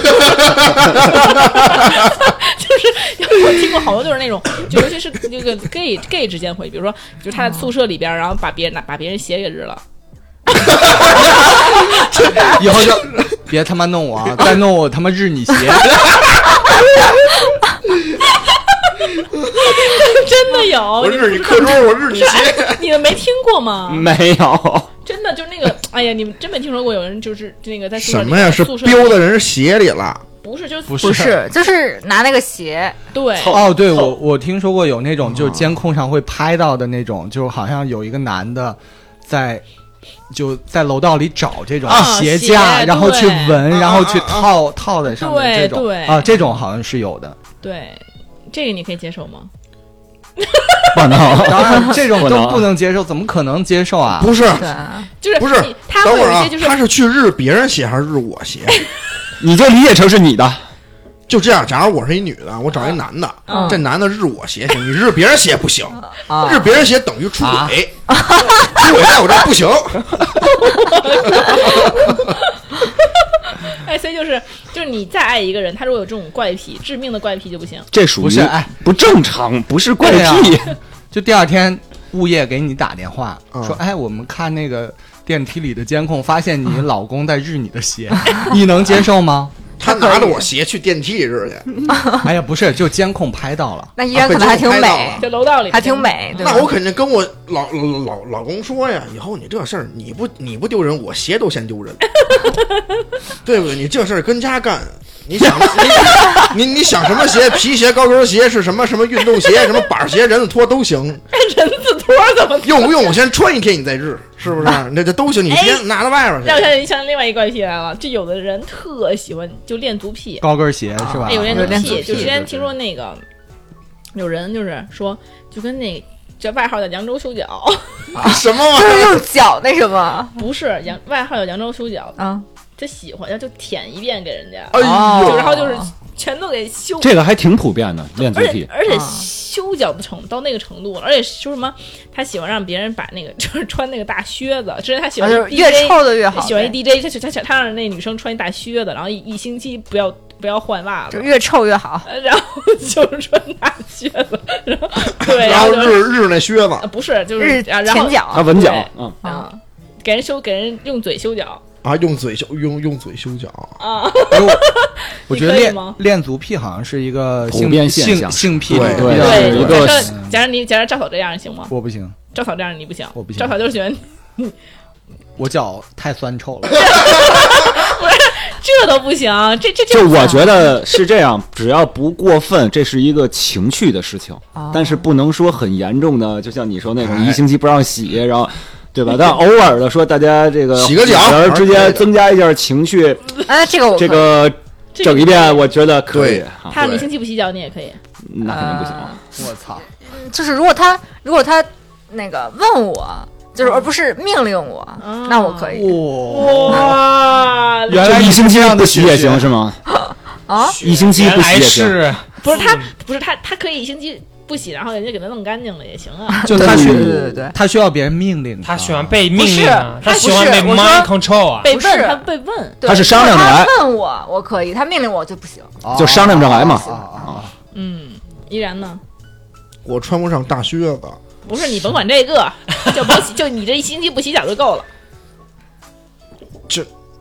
就是我听过好多就是那种，就尤其是那个 gay gay 之间会，比如说，就是他在宿舍里边，然后把别人拿把别人鞋给日了，
以后就别他妈弄我啊！再弄我他妈日你 邪！
真的有，
我
你们
日你
不
课
知道
桌，我日你鞋。
你们没听过吗？
没有。
真的就是那个， 哎呀，你们真没听说过有人就是那个在宿舍
什
里
么呀？是
宿舍
飙到人鞋里了，
不是就是
不
不是，就是拿那个鞋，
对，
哦，对我我听说过有那种
嗯
就是监控上会拍到的那种，就是好像有一个男的在就在楼道里找这种
啊
鞋
鞋
架，然后去
对嗯
闻，
啊
然后去
啊啊
套套在上面
对
这种
对
啊，这种好像是有 的。
对，这个你可以接受吗？
不能，
当然，啊这种
不
都
能
不能接受，怎么可能接受啊？
不是？
对，
就是
不是
你他
等
会
会
有
儿
一些
啊
就，
他是去日别人鞋还是日我鞋？啊
你就理解成是你的，
就这样，假如我是一女的，我找一男的，
嗯
这男的日我鞋行，你日别人鞋不行，
啊
日别人鞋等于出轨， 出轨在我这儿不行。
哎，所以就是就是你再爱一个人，他如果有这种怪癖，致命的怪癖就不行。
这属于
不是哎
不正常，不是怪
对啊
癖。
就第二天物业给你打电话、
嗯
说，哎，我们看那个电梯里的监控，发现 你老公在日你的鞋，你能接受吗？
他拿着我鞋去电梯日去，
哎呀，不是，就监控拍到了。
那依然可能还挺美，
就楼道里
还挺，美，对吧
那我肯定跟我老老老老公说呀，以后你这事儿你不你不丢人，我鞋都 先丢人，对不对？你这事儿跟家干。你想你你你想什么鞋？皮鞋、高跟鞋是什么什么运动鞋、什么板鞋、人字拖都行，
人字拖怎么？
用不用我先穿一天，你再治，是不是？那这都行，你别
哎
拿到外边
让我
去。
想起想起另外一个怪癖来了，就有的人特喜欢就恋足癖，
高跟鞋是吧？
哎，有恋
有
足
恋
癖，
足
就
癖
之前听说那个有人就是说，就跟那这外号叫扬州修脚，
什么玩
就
意
是
儿？
用脚那什么
不是扬外号叫扬州修脚，
啊，
他喜欢，然后就舔一遍给人家，
哎呦，
就然后就是全都给修。
这个还挺普遍的，恋足
而且
癖。
而且
啊
修脚的程到那个程度了，而且说什么他喜欢让别人把那个 就是穿那个大靴子，之前他喜
啊就
欢 DJ,
是越臭的越好，
喜欢一 DJ，他喜他喜他让那女生穿一大靴子，然后一一星期不要不要换袜
就
子，
越臭越好。
然后就是穿大靴子， 然 后对，
然后
就是
日日那靴子
啊，不是，就是
日
啊，然后
前脚
他闻脚
对，
嗯，
啊，给人修，给人用嘴修脚
啊，用嘴修用用嘴修脚，
啊，
哎我我觉得
你可以
恋
吗
恋足癖好像是一个性
普遍现
性
象
性癖
对
比较
对
对，
一
假
个
设假如你假如赵嫂这样行吗？
我不行，
赵嫂这样你不行，
我不行
赵嫂就是喜欢，
我脚太酸臭 了。
这都不行，这这这
就我
得
觉得是这样， 只要不过分，这是一个情趣的事情，
哦
但是不能说很严重的，就像你说那种
哎
一星期不让洗，然后。对 吧？但偶尔的说，大家这个
洗个脚
然后之
还是可以
间
的
增加一下情趣，
哎，这个我
这个整一遍，我觉得可以
对。
啊
他让你
对
星期不洗脚你也可以，
那肯定不行啊了。
我操！
呃就是如果他如果他那个问我，就是而不是命令我，那我可以
哇，
哇，
呃原来
就一星期
样
不
的
洗也
学
行是吗？
啊。
一星期
原
不
来
洗也行。
是
不是他不是他，他可以一星期不洗，然后人家给他弄干净了也行啊，
就他
嗯
需
对
对对对
他需要别人命令
他喜欢被命令啊，
不是
他喜欢被
他不是
mind control 啊。
被
不是
问他被问，
对
他是商量哎着来
如果他问我，我可以；他命令我就不行。
哦
就商量着来嘛
啊啊
哦
啊啊
嗯，依然呢？
我穿不上大靴子，
不是你甭管这个，就甭洗，就 你这一星期不洗脚就够了。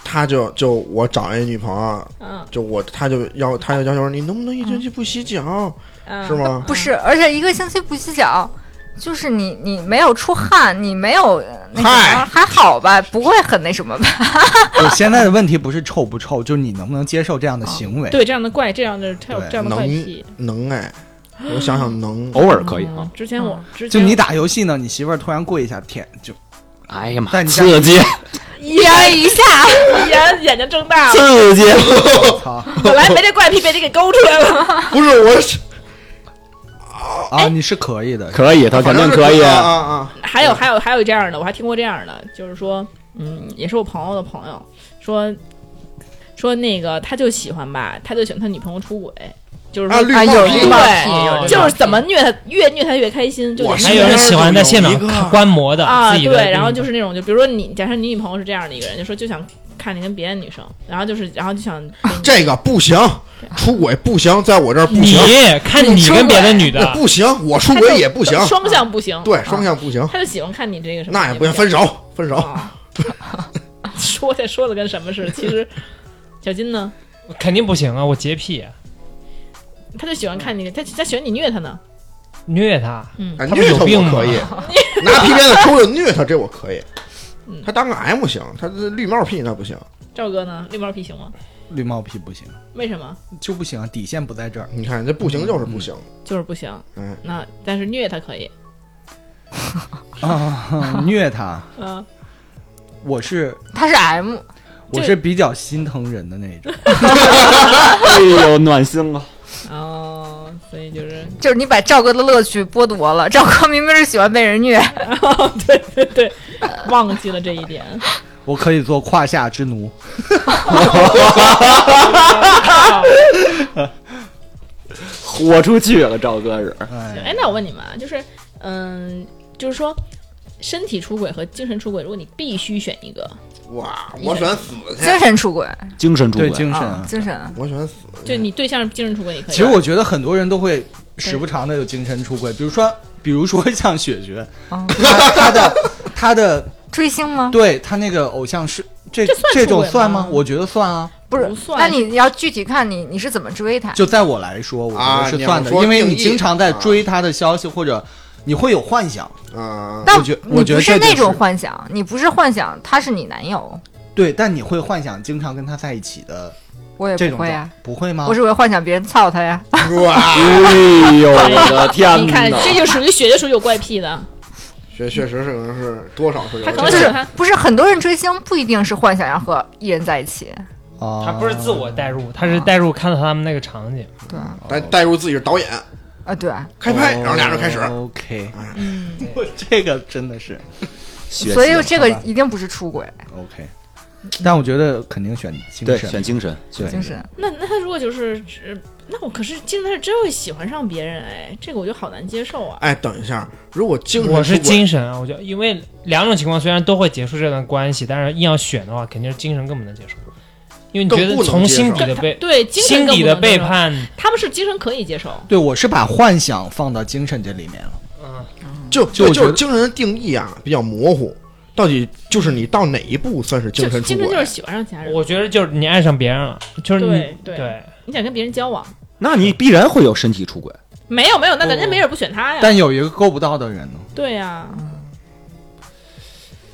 他就就我找一女朋友，啊
嗯
就我他就要他就要求你能不能一星期不洗脚，
嗯，
是吗？
不是，而且一个星期不洗脚，就是你你没有出汗，你没有呃那什么，
嗨
还好吧，不会很那什么吧？
我 现在的问题不是臭不臭，就是你能不能接受这样的行为？
对这样的怪，这样的这样
对
这样的怪癖
能。能哎，我想想能，
偶尔可以啊
嗯。之前我之
就
前
你打游戏呢，你媳妇儿突然跪一下舔，就
哎呀
在
妈，
你家
刺激
一人一下，
依然眼睛睁 大了，
刺激！
哦
操
本来没这怪癖被你给勾出来了。
不是我是，
啊！你是可以的，
可以，他肯
反
定
正
可以。
啊啊啊！
还有还有还有这样的，我还听过这样的，就是说，嗯，也是我朋友的朋友说说那个他就喜欢吧，他就喜欢他女朋友出轨，就是
啊，
说
绿
啊，
帽
有
皮
绿帽癖，
对
有绿帽
就是
癖
怎么虐他越虐他越开心，就
我
得
还
是
有人喜欢在现场
有一个
观摩的
啊，
自己的那
对，
种，
然后就是那种，就比如说你，假设你女朋友是这样的一个人，就说就想看你跟别的女生，然后就是，然后就想跟你
这个不行，出轨不行，在我这儿不
你
行，
看你跟别的女的，
不行，我出
他
轨
就
也不行，
双向不行，
对
啊
双向不行，
他就喜欢看你这个什么，
那也
不
不行，分手分手。
啊 说这说的跟什么似的，其实小金呢，
肯定不行啊！我洁癖，
他就喜欢看你，他他喜欢你虐他呢，
虐他，
啊，
他们
虐
有
他
病吗
我可以， 拿皮鞭子抽着虐他，这我可以。
嗯
他当个 M 行，他这绿帽屁那不行。
赵哥呢，绿帽癖行吗？
绿帽癖不行，
为什么？
就不行，底线不在这儿。
你看这不行就是不行，
就是不行，
嗯，
那但是虐他可以，
啊， 虐他，
嗯、
我是
他是 M，
我是比较心疼人的那种。
哎呦，暖心了。
哦，所以就是
就是你把赵哥的乐趣剥夺了。 赵哥明明是喜欢被人虐，
对对对，忘记了这一点。
我可以做胯下之奴，
豁出去了，赵哥是。
行
哎，
哎，那我问你们啊，就是，嗯，就是说，身体出轨和精神出轨，如果你必须选一个，
哇，我选死去，
精神出轨，
精神出
对
轨，
精神。
啊，精神
我选死
就你对象是精神出轨，你可以。
其实我觉得很多人都会时不常的有精神出轨，比如说，比如说 像雪雪，
啊，
她她的她的
追星吗？
对她那个偶像是这
这算
这
出
种
轨
算
吗
吗？我觉得算啊。
不是
不，算
那你要具体看你你是怎么追他，
就在我来说，我觉
啊
得
你
是
要
算的，
说
因为
定
你
义
经常在
啊
追她的消息，或者你会有幻想。
啊！
但
我觉
你
我觉
不
得
是
这就
那种
是
幻想，你不是幻想他是你男友，
对，但你会幻想经常跟他在一起的
我也
这
不
种
会
状
啊，
不会吗？
我只会幻想别人操他呀，
哇，
哎呦我的天
你看，
哪！
哎这就属于雪就属于有怪癖的，
确确实是可能是多少是有
他可
就
能
点
喜
是
欢
不是很多人追星不一定是幻想要和艺人在一起，
啊，
他不是自我代入，他是代入看到他们那个场景。
对啊，
带带入自己是导演，
啊对啊，
开哎拍，
哦
然后俩人开始
哦 OK，
嗯，
这个真的是，学
所
习
以
了
这
好
个
吧
一定不是出轨，
OK。但我觉得肯定选精
对，
神，
选精神，
对
精神
那那他如果就是只，那我可是精神，他是真会喜欢上别人，哎，这个我就好难接受啊。
哎，等一下，如果精神
我是
出轨
精神啊，我觉得，因为两种情况虽然都会结束这段关系，但是硬要选的话，肯定是精神更不能接受，因为你觉
更
得
不能
从
接
心
受
底的背，
对，精神
心
更
底
不
的
能
背
接受，
叛，
他们是精神可以接受，
对我是把幻想放到精神这里面了。
嗯，
就
就
对
我觉
就
得
是精神的定义啊比较模糊，到底就是你到哪一步算是精
就
神出
精神就
轨
是？喜欢上其他人，
我觉得就是你爱上别人了，就是你
对对
对
你想跟别人交往，
那你必然会有身体出轨。
没有没有，那人家
不
没准不选
哎
他呀。
但有一个够不到的人呢，
对呀、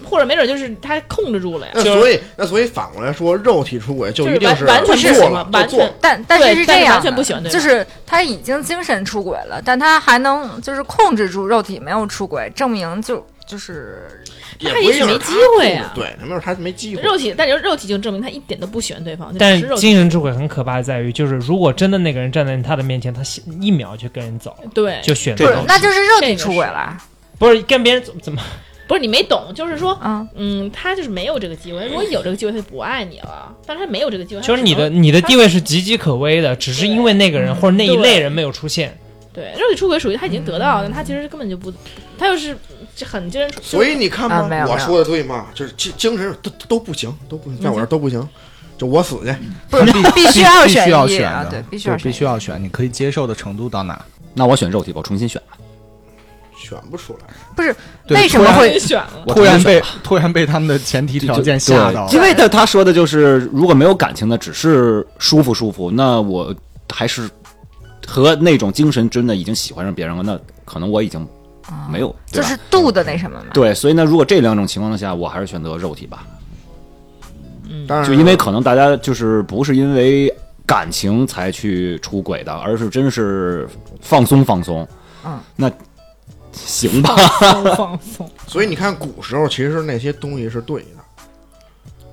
或者没准就是他控制住了呀，
那所以那所以反过来说，肉体出轨就一定
就是是完完全不喜
做
欢
了就
完
做了
全。
但但
对
是是
但
这
是
样的，
完全不喜欢对方
就是他已经精神出轨了，但他还能就是控制住肉体没有出轨，证明就就是
也
他
不
也
一
许
定
没
是
机
他
会
控制
啊
对，没有他没机会。
肉体，但是肉体就证明他一点都不喜欢对方，就
但
只是肉体
精神出轨很可怕，在于就是如果真的那个人站在他的面前，他心一秒就跟人走了，
对，
就选
这
不是
择了
种
那就是肉体
这个
出轨
是
了，
不是跟别人怎么怎么
不是你没懂，就是说，
嗯，
嗯，他就是没有这个机会，如果有这个机会，他就不爱你了，但是他没有这个机会，
就是
他只
你的
能
你的地位是岌岌可危的，只是因为那个人或者那一类人没有出现。
对肉体出轨属于他已经得到，但他其实根本就不，他就是这很精神出，
所以你看
啊没有
嘛，我
没有
说的对嘛，就是精精神都都不行，都不行，在我这
嗯
儿都不行，就我死去。
不是必须要
必须要
一
选
啊，
的
对，必须
就
要
必
选
须
一。
要选，你可以接受的程度到哪？
那我选肉体吧，我重新选吧。
选不出来，
对
为什么
突然
就
会
是选了，
我
突然
重新
被
选吧
突然被他们的前提
对
条
对
件吓到了
对，因为他他说的就是如果没有感情的，只是舒服舒服，那我还是和那种精神真的已经喜欢上别人了，那可能我已经没有，对
就
吧
是度的那什么嘛？
对，所以呢，如果这两种情况下，我还是选择肉体吧，
嗯
当然
就因为可能大家就是不是因为感情才去出轨的，而是真是放松放松。
嗯，
那行吧，
放松放松
所以你看古时候其实那些东西是对的，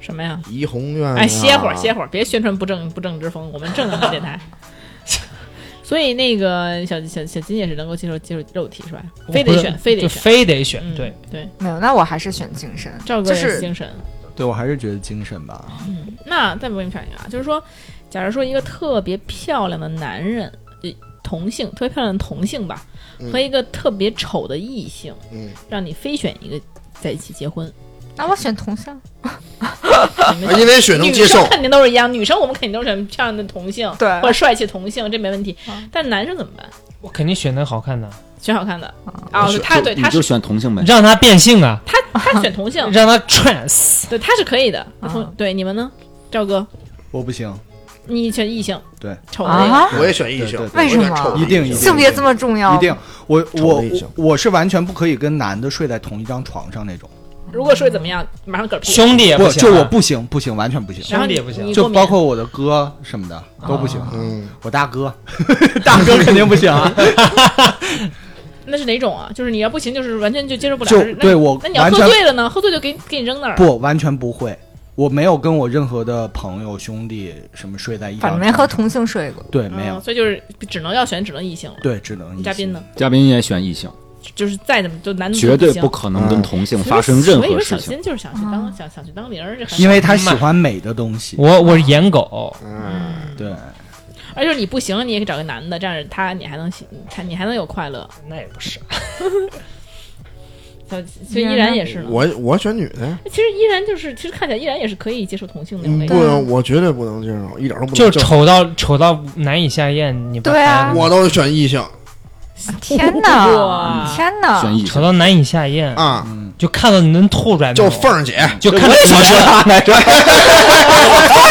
什么呀？
怡红院、啊。
哎，歇会儿，歇会儿，别宣传不正不正之风，我们正能量电台。所以那个小小小金也是能够接受接受肉体是吧？非得
我不
选，
是
非得
就
选，
非得选，
嗯
对，
对。
没有，那我还是选精神，
赵哥
就
也是
是
精神。
对我还是觉得精神吧。
那再不给你讲一个啊，就是说，假如说一个特别漂亮的男人，呃同性特别漂亮的同性吧，和一个特别丑的异性，
嗯，
让你非选一个在一起结婚，
那我选同性。
你
啊
们
因为血能
女
接受
生，肯定都是一样，女生我们肯定都是选漂亮的同性，
对
或者帅气同性，这没问题
嗯。
但男生怎么办？
我肯定选那好看的，
选好看的啊
就，
他
就
对
你
他
就是选同性呗。
让他变性啊，
他他选同
嗯
性，
让他 trans，
对他是可以的。
啊
同对你们呢，赵哥，
我不行，
你选异性，
对，
丑的
啊
那个，
我也选异性
对对，
对为
我选
什么
丑的
一定
异
一定
性
性别这么重要？
一定。我
丑
我
的一
我
种
我是完全不可以跟男的睡在同一张床上那种，
如果说怎么样，马上嗝屁。
兄弟也不
不
行啊，
就我不行不行，完全不行，
然后
兄
你
弟也不行
你
就
过敏
包括我的哥什么的都 不行。
嗯，
我大哥， 大哥肯定不行啊，
那是哪种啊？就是你要不行，就是完全就接受不了。
就是
那
对我
那你要
完
喝
全
醉了呢？喝醉就给给你扔那儿。
不完全不会。我没有跟我任何的朋友兄弟什么睡在一张
反
床
正
上，
没和同性睡过，
对
嗯，
没有，
所以就是只能要选，只能异性了。
对只能异
嘉宾
性
呢？
嘉宾也选异性，
就是再怎么就男的
绝对
不
不
行
可能跟同性
所以
发生任
嗯所以说
何事
小
情。
新就是想去当、
啊
想想去当零儿，这很
因为
嗯
他喜欢美的东西。
我我是颜狗，
哎
嗯
对，
而且你不行，你也可以找个男的，这样他你还能喜他你还能有快乐。
那也不是，
他 所以依然也是呢。
我我选女的呀，
其实依然就是，其实看起来依然也是可以接受同性那种类
不
型。
能，我嗯绝对啊不能接受，一点都不能。
就丑到丑到难以下咽，你不
对啊
烦
我都选异性
天哪
哇，
天哪！
选异
丑
性。
到难以下咽，
啊，
嗯
就看到你能吐出来那种，
就凤儿姐，
就看到
想说他来着，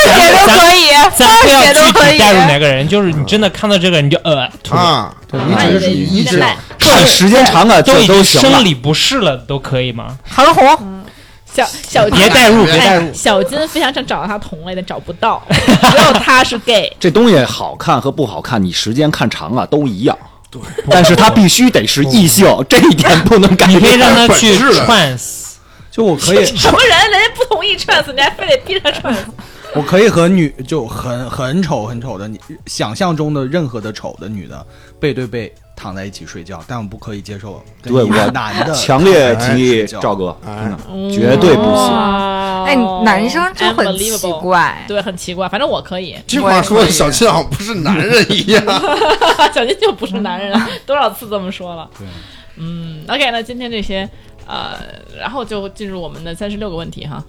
姐都可以，
咱不要
姐都
具
可
体
以
带入哪个人，就是你真的看到这个人你就呃吐出来，
啊，
对你
那也
只是
哎
得
以
依
一
赖
直
看时间长了就
都已经
行了
生。理不适了都可以吗？
韩红，
小小金
别带入，
别
别带入。
哎，小金非常想找到他同类的，找不到，只有他是 gay。
这东西好看和不好看，你时间看长了都一样。
对，
但是它必须得是异性，这一点不能改
你可以
变。
让他
本
去
质的
trans，
就我可以，
什么人？人家不同意 trans，你还非得逼他 trans？
我可以和女就很很丑很丑的你想象中的任何的丑的女的背对背躺在一起睡觉，但我不可以接受跟
对
一个
我
男的
强烈
躺在
建
一起
议
睡觉
赵哥，
哎
真的绝对不行
哇
哎，男生真很奇
哦 Unbelievable
怪，
对，很奇怪，反正我可以。
这话说的小七好像不是男人一 样。
小金就不是男人， 多少次这么说了。
嗯 对
嗯，OK，那今天这些，呃，然后就进入我们的三十六个问题哈。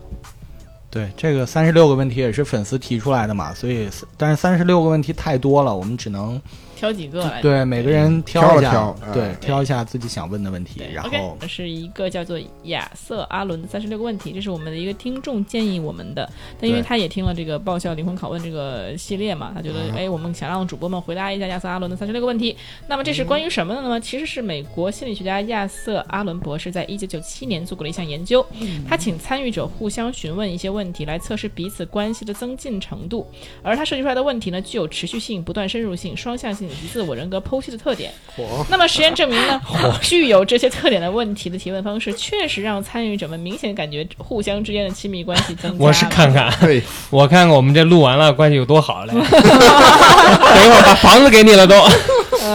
对，这个三十六个问题也是粉丝提出来的嘛，所以但是三十六个问题太多了，我们只能
挑几个来。
对每个人
挑
挑
了
一下，
挑
对
嗯
哎
挑一下自己想问的问题
对，
然
OK，
后
这是一个叫做亚瑟阿伦的三十六个问题，这是我们的一个听众建议我们的，但因为
对
他也听了这个爆笑灵魂拷问这个系列嘛，他觉得
嗯
哎，我们想让主播们回答一下亚瑟阿伦的三十六个问题。那么这是关于什么的呢？其实是美国心理学家亚瑟阿伦博士在一九九七年做过的一项研究，
嗯
他请参与者互相询问一些问题来测试彼此关系的增进程度，而他设计出来的问题呢，具有持续性、不断深入性、双向性以及自我人格剖析的特点。那么实验证明 呢，具有这些特点的问题的提问方式，确实让参与者们明显感觉互相之间的亲密关系增加。
我是看看，
对，
我看看我们这录完了关系有多好嘞。等一会儿把房子给你了都，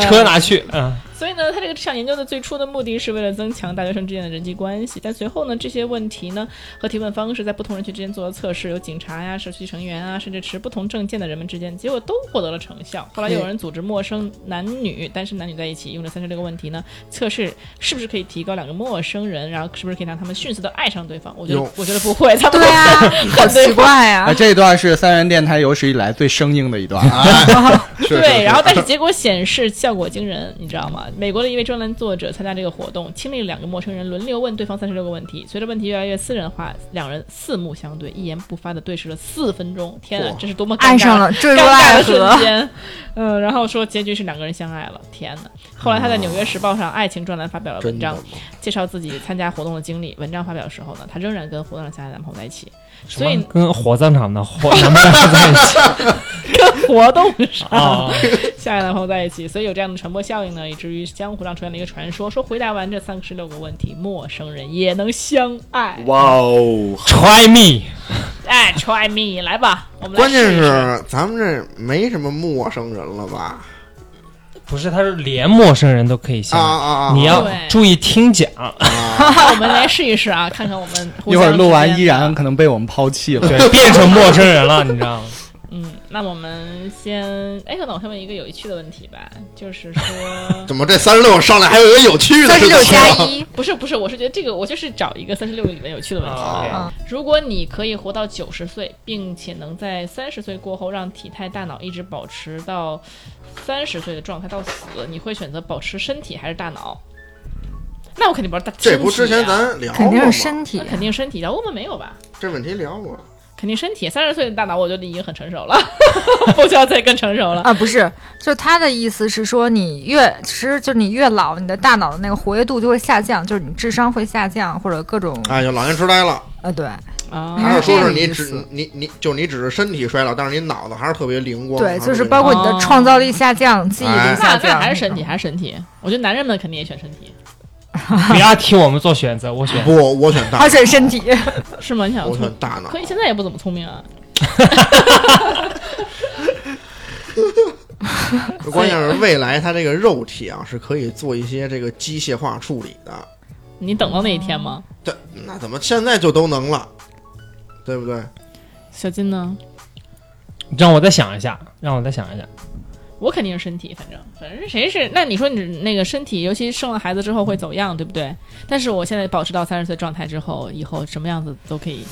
车拿去。嗯，
所以呢，他这个这项研究的最初的目的是为了增强大学生之间的人际关系，但随后呢，这些问题呢和提问方式在不同人群之间做了测试，有警察呀、社区成员啊，甚至持不同证件的人们之间，结果都获得了成效。后来又有人组织陌生 男女单身男女在一起，用这三十六个问题呢测试是不是可以提高两个陌生人，然后是不是可以让他们迅速的爱上对方。我觉得
哟
我觉得不会， 他们
对啊，好
很
奇怪呀、
啊这一段是三元电台有史以来最生硬的一段啊。
是是
对，
是
然后但是结果显示效果惊人，你知道吗？美国的一位专栏作者参加这个活动，亲历两个陌生人轮流问对方三十六个问题，随着问题越来越私人化，两人四目相对，一言不发的对视了四分钟。天啊
哇，
这是多么尴尬
爱上了坠
尴
入
尬
爱
的瞬
河，
间。嗯，然后说结局是两个人相爱了。天哪！后来他在《纽约时报》上爱情专栏发表了文
嗯真的
章
吗，
介绍自己参加活动的经历。文章发表的时候呢，他仍然跟活动上相爱的男朋友在一 起，
什
所
么
以
跟火葬场的火能不能在一起
跟活动上。
哦
啊？
下一个男朋友在一起，所以有这样的传播效应呢，以至于江湖上出现了一个传说，说回答完这三十六个问题，陌生人也能相爱。
哇哦，
Try me，
哎，try me，来吧，我们来
关键
试哦一试
是咱们这没什么陌生人了吧？
不是，他是连陌生人都可以
啊
相爱。
啊啊！
你要
对
注意听讲，
那我们来试一试啊，看看我们互
一
相
会儿录
之
完
间
依然可能被我们抛弃了。
对，变成陌生人了，你知道吗？
嗯，那我们先哎，那我先问一个有趣的问题吧，就是说
怎么这三十六上来还有一个有趣的？
三 十六加一，
不是不是，我是觉得这个我就是找一个三十六个里面有趣的问题。
啊
如果你可以活到九十岁，并且能在三十岁过后让体态、大脑一直保持到三十岁的状态到死，你会选择保持身体还是大脑？那我肯定不是大。
这不
身
之
体啊
前咱聊
肯
过
定
吗
是？身体
那。肯定身体的，我们没有吧？
这问题聊过。
肯定身体，三十岁的大脑我觉得已经很成熟了， 不需要再更成熟了。
啊，不是，就他的意思是说，你越其实就是你越老，你的大脑的那个活跃度就会下降，就是你智商会下降，或者各种
哎呦，老年痴呆了，
呃，对
啊
哦还是说是
这个意
你只
思
你你就你只是身体衰老，但是你脑子还是特别灵光。
对，
还
就是
特别
包括你的
哦
创造力下降、记忆
哎
力
那
下
那
降，
还是身体，。还是身体。我觉得男人们肯定也选身体，
不要替我们做选择，我选
不，我选大
而，且身体，
是吗？你想
我
聪
选大脑
可。以现在也不怎么聪明啊。
关键是未来它这个肉体啊是可以做一些这个机械化处理的。
你等到那一天吗？
对，那怎么现在就都能了？对不对？
小金呢？
让我再想一下，让我再想一下。
我肯定是身体，反正反正谁是那你说你那个身体，尤其生了孩子之后会走样，对不对？但是我现在保持到三十岁状态之后，以后什么样子都可以，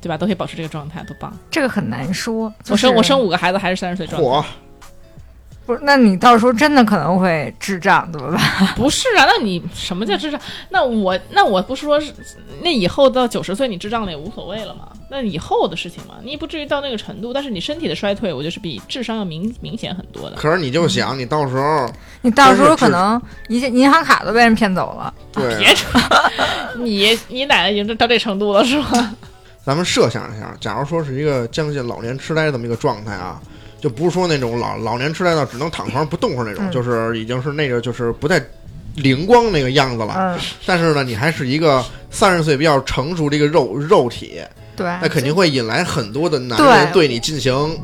对吧？都可以保持这个状态，多棒！
这个很难说。
我生我生
我
五个孩子还是三十岁状态，
火
不是，那你到时候真的可能会智障，怎么办？
不是啊？那你什么叫智障？那我那我不是说是那以后到九十岁你智障了也无所谓了嘛？那以后的事情嘛，你也不至于到那个程度。但是你身体的衰退，我觉得是比智商要明明显很多的。
可是你就想，你到时候
你到时
真是
候
智
可能一些银行卡都被人骗走了。
对，
啊别扯， 你你奶奶已经到这程度了是吧？
咱们设想一下，假如说是一个将近老年痴呆这么一个状态啊，就不是说那种老老年痴呆到只能躺床上不动是那种，
嗯
就是已经是那个就是不太灵光那个样子了。
嗯，
但是呢，你还是一个三十岁比较成熟的一个肉肉体，
对。
那肯定会引来很多的男
啊对
人对你进行，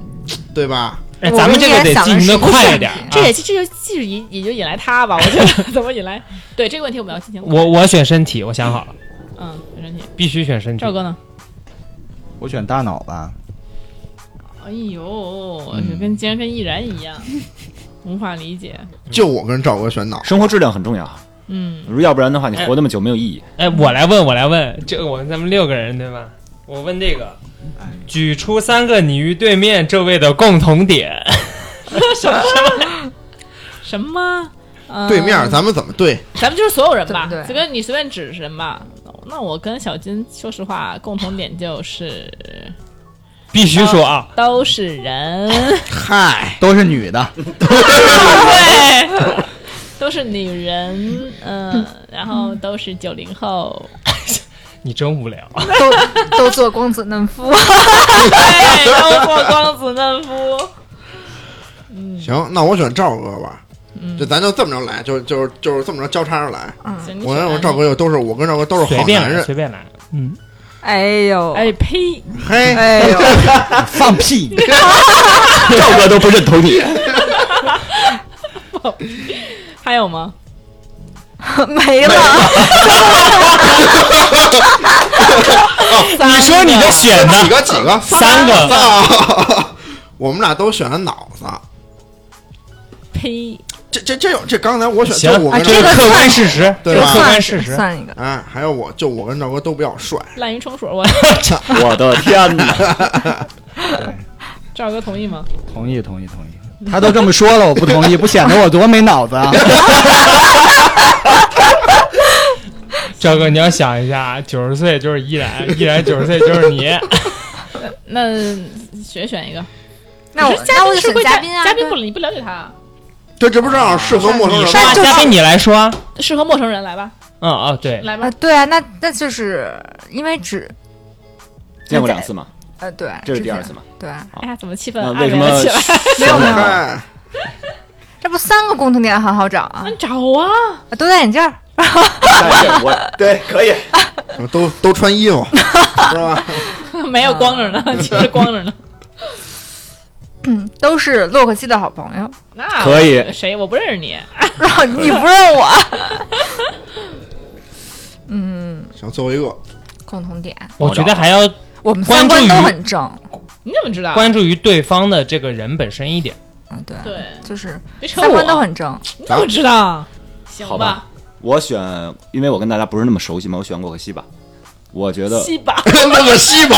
对吧？
哎，
我
咱
们
们这
应
个
该
得
想
进
的
行的
是一个
快一
问
点儿
题
啊。
这也其实其实也也就引来他吧，我觉得 怎么引来？对这个问题我们要进行。
我我选身体，我想好了，
嗯，没问题。
必须选身体
赵。哥呢？
我选大脑吧，
哎呦
嗯，
跟竟然跟易然一样，无法理解。
就我跟赵哥选脑，
生活质量很重要，啊
嗯，
如要不然的话，你活那么久没有意义。
哎，我来问，我来问，这我们咱们六个人对吧？我问这个，举出三个你与对面这位的共同点。
什么什么？呃
对面咱们怎么对？
咱们就是所有人吧，
对不对
随便你随便指人吧。那我跟小金，说实话，共同点就是
必须说啊，
都是人，
嗨，
都是女的，
对， 都是女人，嗯，然后都是九零后，
你真无聊。
都都做公子嫩夫，
对，都做光子嫩肤。
行，那我选赵哥吧。就咱就这么着来，就就就是这么着交叉着来。
嗯
行
我跟我赵，哥又都是我跟赵哥都是
随
好
便
男
来，
人，
随便来。嗯，
哎
你
呦
选，哎呸，
嘿，
哎呦，
放屁！
赵哥都不认同你，
还有吗？
没了，
你说你的选呢？
几个几个
哎三个
操！ 我们俩都选了脑子，
呸，
这这这有这刚才我选
行
就我
啊，
跟
这
赵
个
哥，
客观事实，
对
这个
吧
客观
算
事实。
算一个，
哎，还有我就我跟赵哥都比较帅，
滥竽充数，我
我的天哪！
赵哥同意吗？
同意，同意，同意。他都这么说了，我不同意，不显得我多没脑 子啊？
赵哥，你要想一下，九十岁就是依然，依然九十岁就是 你。
那选选一个，
那我
可是嘉
那我
宾
就是选
不
嘉宾啊，
嘉宾不
对
你不了解他，啊
这这不正好适合陌生
你
人
说
吗？
话嘉宾你来说啊。
适合陌生人来吧，
嗯哦，对，
来吧
啊，，对啊，那那就是因为只
见过两次吗？
呃对，
这是
之
第二
前
次吗？
对，
哎呀，怎么气氛
那
暗
为什
淡
么
哎了起来？
没有
嗨，
这不三个共同点很好找啊
那，你找啊，
啊都戴眼镜儿，
我对可以。
哎都都穿衣服是吧？
没
啊
有光着呢，其实光着 呢。
嗯，都是洛克希的好朋友，
那
可以
谁？我不认识你，
然后你不认我，
行，最后一 个，
共同点，
我觉得还要
我们三
关注
观
于
都很正，
你怎么知道？
关注于对方的这个人本身一点。
嗯对，
对，
就是
别扯
三观都
我，啊
很正，
你怎么知道？行
好吧，我选，因为我跟大家不是那么熟悉嘛，我选洛克希吧。我觉得
西吧，
那个西吧，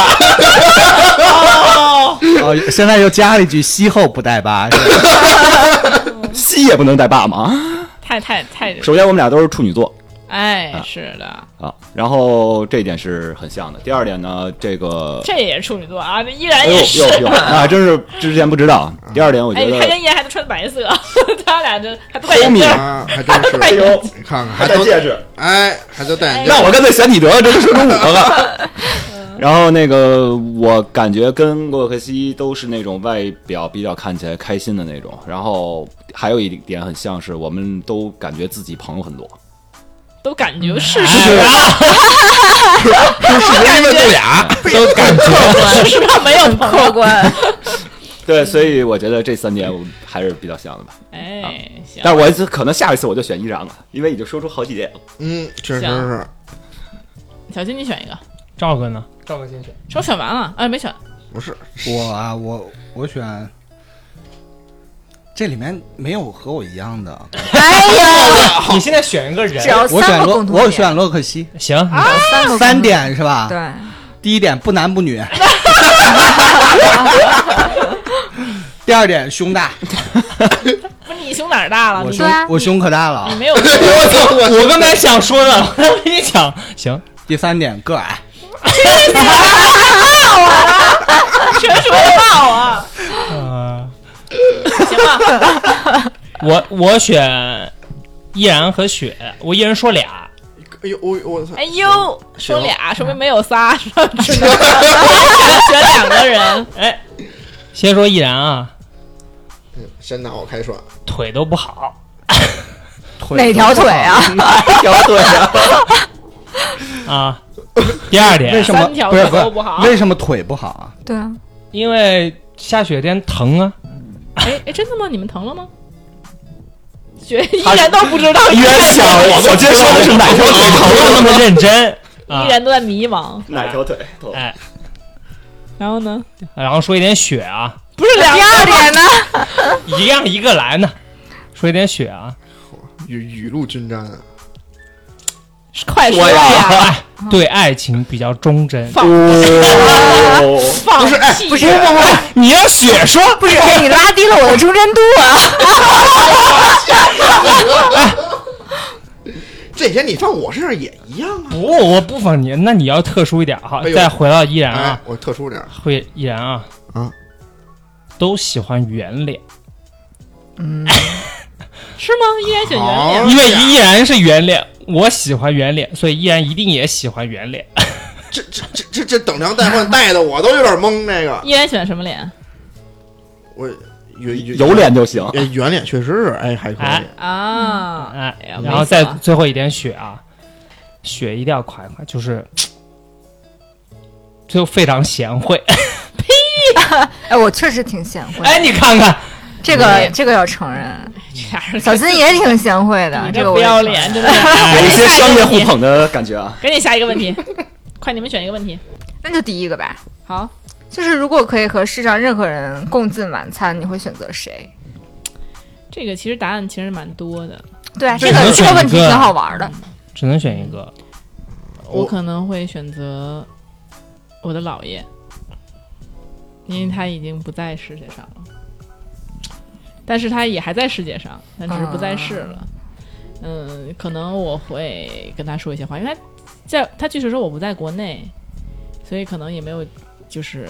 哦，现在又加了一句“西后不带疤”， 是吧
西也不能带爸嘛。
太太太，
首先，我们俩都是处女座
哎
啊，
是的，
啊，然后这一点是很像的。第二点呢，这个
这也是处女座啊，这依然
哎呦
也是
呦。呦，啊，真是之前不知道。第二点，我
哎，
觉
你
得
看人家还都穿白色，他俩这还都戴
欧
眼
米
镜儿，
啊，还真是，
呦
你看看，还都
指，
哎，还都戴眼镜
那我刚才选你得了，这就说出五个了。 然后那个，我感觉跟洛克希都是那种外表比较看起来开心的那种。然后还有一点很像是，我们都感觉自己朋友很多。
都感觉是
是啊，
是因为这俩，
都感觉
是是他没有朋友。
观，
对，所以我觉得这三点我还是比较像的吧。
哎，行，
但是我就可能下一次我就选依然了，因为已经说出好几点了。
嗯，确实
行
是。
小金你选一个，
赵哥呢？赵哥先选。
我选
啊
完了，哎，没选，
不是
我啊，我我选这里面没有和我一样的，
哎呀，
你现在选一个人
只，要
我选
三个
洛
共，同点，
我选洛克希，
行，你
啊三
三
个共同点，
点是啊吧？
对，
第一点不男不 女，第二点胸大，
不是你胸哪儿大了？
我
你
胸
对啊
我胸可大了
你。没有
我刚才想说的，我刚才一想，行，
第三点个矮，
全说到啊，
呃，
行吧，
我我选依然和雪，我一人说俩，
哎呦，我我操！
哎呦，说俩，说明没有仨，只能只能选两个人。
哎，先说依然啊，
先拿我开涮，啊
腿都不好，
腿
哪条腿啊？
哪一条腿啊？
啊。第二点，
为什么
三条
不是
腿
不是
都不好
为什么腿不好啊？
对啊，
因为下雪天疼啊，
哎哎，真的吗？你们疼了吗？学依然都不知道，依
越想我都接受的是哪条腿
不
疼？
用那么认真 啊。
然都在迷茫。
哪条腿疼？
哎，
然后呢？
然后说一点雪啊，
不是两
第
个
二点呢？
一样一个来呢。说一点雪啊，
雨雨露均沾啊！
快说
我
呀！
哎，对爱情比较忠贞。
哦，
放不是不是
哎你让雪说，
不是，哎，你拉低了我的忠贞度啊！
这些你放我身上也一样啊！
不，我不放你，那你要特殊一点哈
哎。呦
再回到依然
哎
啊，，
我特殊点儿，
会依然啊，
啊，
都喜欢圆脸，
是吗？依然选圆
好
脸，
因为依然是圆脸，我喜欢圆脸，所以依然一定也喜欢圆脸。
这这这这这等量代换带的我都有点懵。这个
依然选什么脸
我有
有脸就行。
哎，圆脸确实是，哎，还可
哎
以。
啊？
哎
哎呀，
然后
没
再
错
最后一点雪啊，雪一定要夸一夸，就是就非常贤惠。
哎，我确实挺贤惠，
哎，你看看，
这个这个要承认，
这样
小金也挺贤惠的，
你
啊这
这
个我
不
也
要
承
脸，
认
真的是。
有一哎些商业互捧的感觉啊。
赶紧下一个问题，快，你们选一个问题。
那就第一个吧。
好，
就是如果可以和世上任何人共进晚餐，你会选择谁？
这个其实答案其实蛮多的，
对啊，
这
这
只
个这
能选
个
一
问题
个
挺好玩的。
只能选一个。
我
我
可能会选择我的姥爷，因为他已经不在世界上了，但是他也还在世界上，但只是不在世了。嗯，可能我会跟他说一些话，因为他在他即使说我不在国内，所以可能也没有就是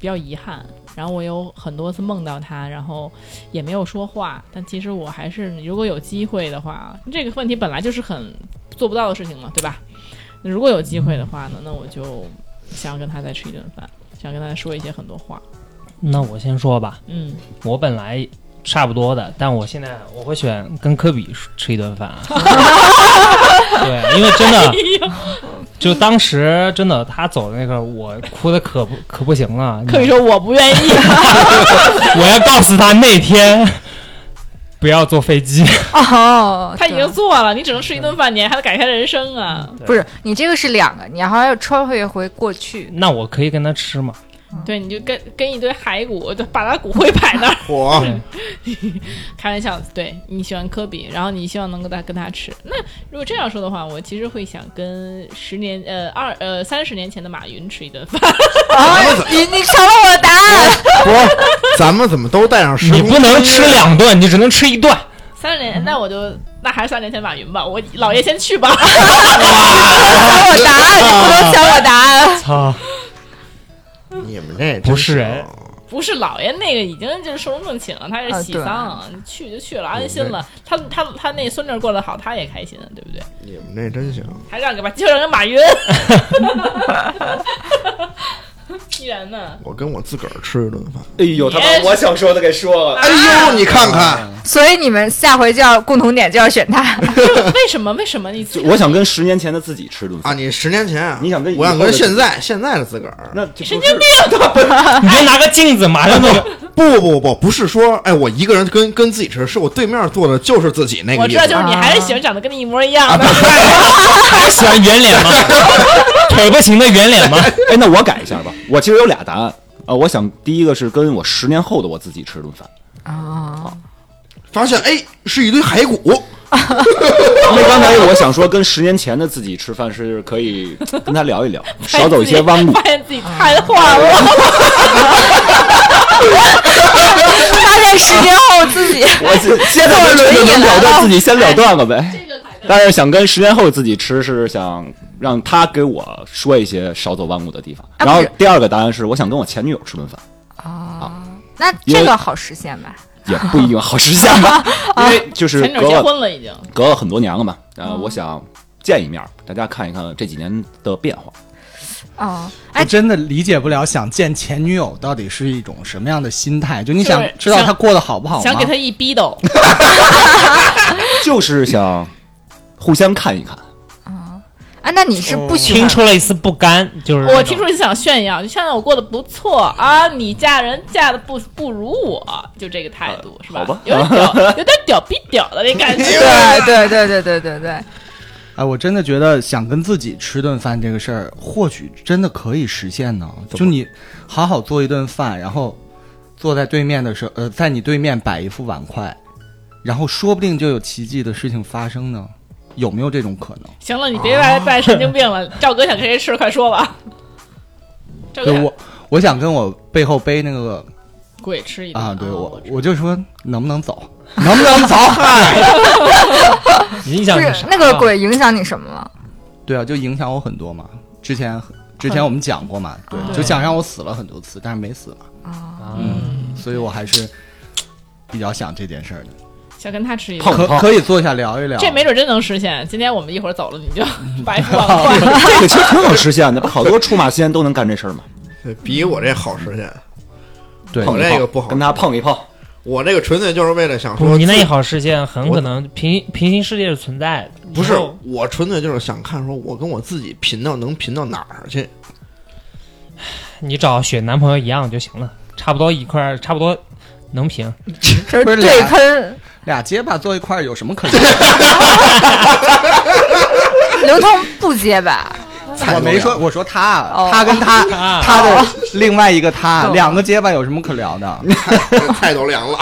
比较遗憾。然后我有很多次梦到他，然后也没有说话，但其实我还是如果有机会的话，这个问题本来就是很做不到的事情嘛，对吧？那如果有机会的话呢，那我就想要跟他再吃一顿饭，想跟他说一些很多话。
那我先说吧，
嗯，
我本来差不多的，但我现在我会选跟科比吃一顿饭。啊 对，因为真的，
哎
就当时真的他走的那个，我哭的可不 可不行了。
可以说我不愿意。
我要告诉他那天 不要坐飞机。
哦，
他已
对
经做了，你只能吃一顿饭，你还得改变人生啊。
不是你这个是两个，你还要穿越回过 去。
那我可以跟他吃嘛？
对，你就跟跟一堆骸骨，就把他骨灰摆那儿。
我
对，
开玩笑，对你喜欢科比，然后你希望能够他跟他吃。那如果这样说的话，我其实会想跟十年呃二呃三十年前的马云吃一顿饭。
啊，你你成了我的答 案。
不是，咱们怎么都带上时
你
空？
不能吃两顿，你只能吃一顿。
三十年，那我就那还是三十年前马云吧。我姥爷先去吧。
抢我答案，你不能抢我答案。
操！
你们这真
不是人
不是姥爷那个已经就是寿终正寝了，他是喜
啊
丧，你去就去了，安心了。他他他那孙女过得好，他也开心，对不对？
你们这真行。
还让给吧，就让给马云。 依然 呢，
我跟我自个儿吃一顿饭。
哎呦，他把我想说的给
啊
说了。
哎呦，你看看，
所以你们下回就要共同点就要 选他。
为什么？为什么你自己
我想跟十年前的自己吃顿
啊，
饭，
你十年前啊，
你想跟以
我想
后的
跟
自己
现在现在的自个儿。
那就
神
不
经
是
病？
你就拿个镜子，马上就
不不不，不是说哎，我一个人跟跟自己吃，是我对面坐的就是自己那个
我
意
知道，
思
就是你还是喜欢长得跟你一模一
啊
样的。
还喜欢圆脸吗？腿不行的圆脸吗？
哎，那我改一下吧。我其实呃有俩答案啊、我想第一个是跟我十年后的我自己吃顿饭，
哦，
发现哎是一堆骸骨，
因为刚才我想说，跟十年前的自己吃饭是可以跟他聊一 聊，少走一些弯路。啊
发现自己瘫痪了，
发现十年后自 己
我是现在就就能了断自己，先了断了呗。但是想跟十年后自己吃，是想让他给我说一些少走弯路的地方。
啊
然后
不是
第二个答案是，我想跟我前女友吃 顿饭，
啊，那这个好实现吧？
也不一定好实现 吧，因为就是
啊前女
隔
友结
了
婚了已嗯经。
隔了很多年了嘛。然后我想见一面，大家看一看这几年的变化。
哦，
我
哎，
真的理解不了想见前女友到底是一种什么样的心态，就你
就是
想知道
想
她过得好不好吗？
想给他一逼斗，
就是想互相看一看。
啊，那你是不喜
听
欢？
出了一丝不甘，就是那种
我听说你想炫耀，你炫耀我过得不错啊，你嫁人嫁的不不如我，就这个态度是吧？
好吧
有点屌，有点屌逼屌的那感觉。
对啊对对对对对对，
哎，我真的觉得想跟自己吃顿饭这个事儿，或许真的可以实现呢。
怎
就
么
你好好做一顿饭，然后坐在对面的时候，呃，在你对面摆一副碗筷，然后说不定就有奇迹的事情发生呢。有没有这种可能？
行了，你别再扮神经病了。赵哥想跟谁吃，快说吧。赵哥
对
想
我，我想跟我背后背那个
鬼吃一顿
啊，对我
我，
我就说能不能走，能不能走？
你印
不
象挺
是
深
那个鬼影响你什么了？
对啊，就影响我很多嘛。之前之前我们讲过嘛，对，就想让我死了很多次，但是没死嘛，嗯
啊，
嗯
所以我还是比较想这件事儿的。
想跟他吃一顿
碰。
可可以坐下聊一聊。
这没准真能实现。今天我们一会儿走了，你就白付碗
嗯
筷。
这个其实挺好实现的，好多出马仙都能干这事儿嘛。
比我这好实现。
对
碰一
这
碰
个不好
跟他碰一碰。
我这个纯粹就是为了想
不
说，
你那一好事件很可能平平行世界是存在的，
不是
以后
我纯粹就是想看，说我跟我自己贫到能贫到哪儿去？
你找选男朋友一样就行了，差不多一块儿，差不多能平。
就是
不是
对
俩
啊
喷
俩结巴坐一块儿有什 么可能？
刘通不接吧？
哦
我没说，我说他，
哦
他跟 他，
啊
他的另外一个他，
懂
两个结巴有什么可 聊的？
太都凉了。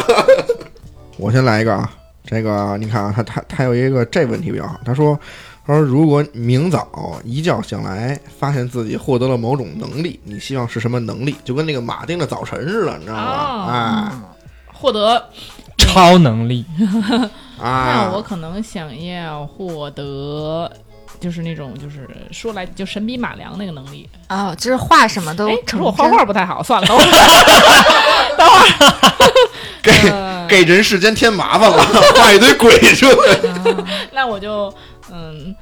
我先来一个啊，这个你看啊，他他他有一个这问题比较好，他说他说如果明早一觉醒来，发现自己获得了某种能力，你希望是什么能力？就跟那个马丁的早晨似的，你知道吗？
哦
获得，
超能力，
哎
那
啊，
我可能想要获得，就是那种就是说来就神笔马良那个能力。
哦，就是画什么都
哎，可
成
是我
真
画画不太好，算了，等会儿，等会儿。
给给人世间添麻 烦了，画一堆鬼出来。
那我就嗯，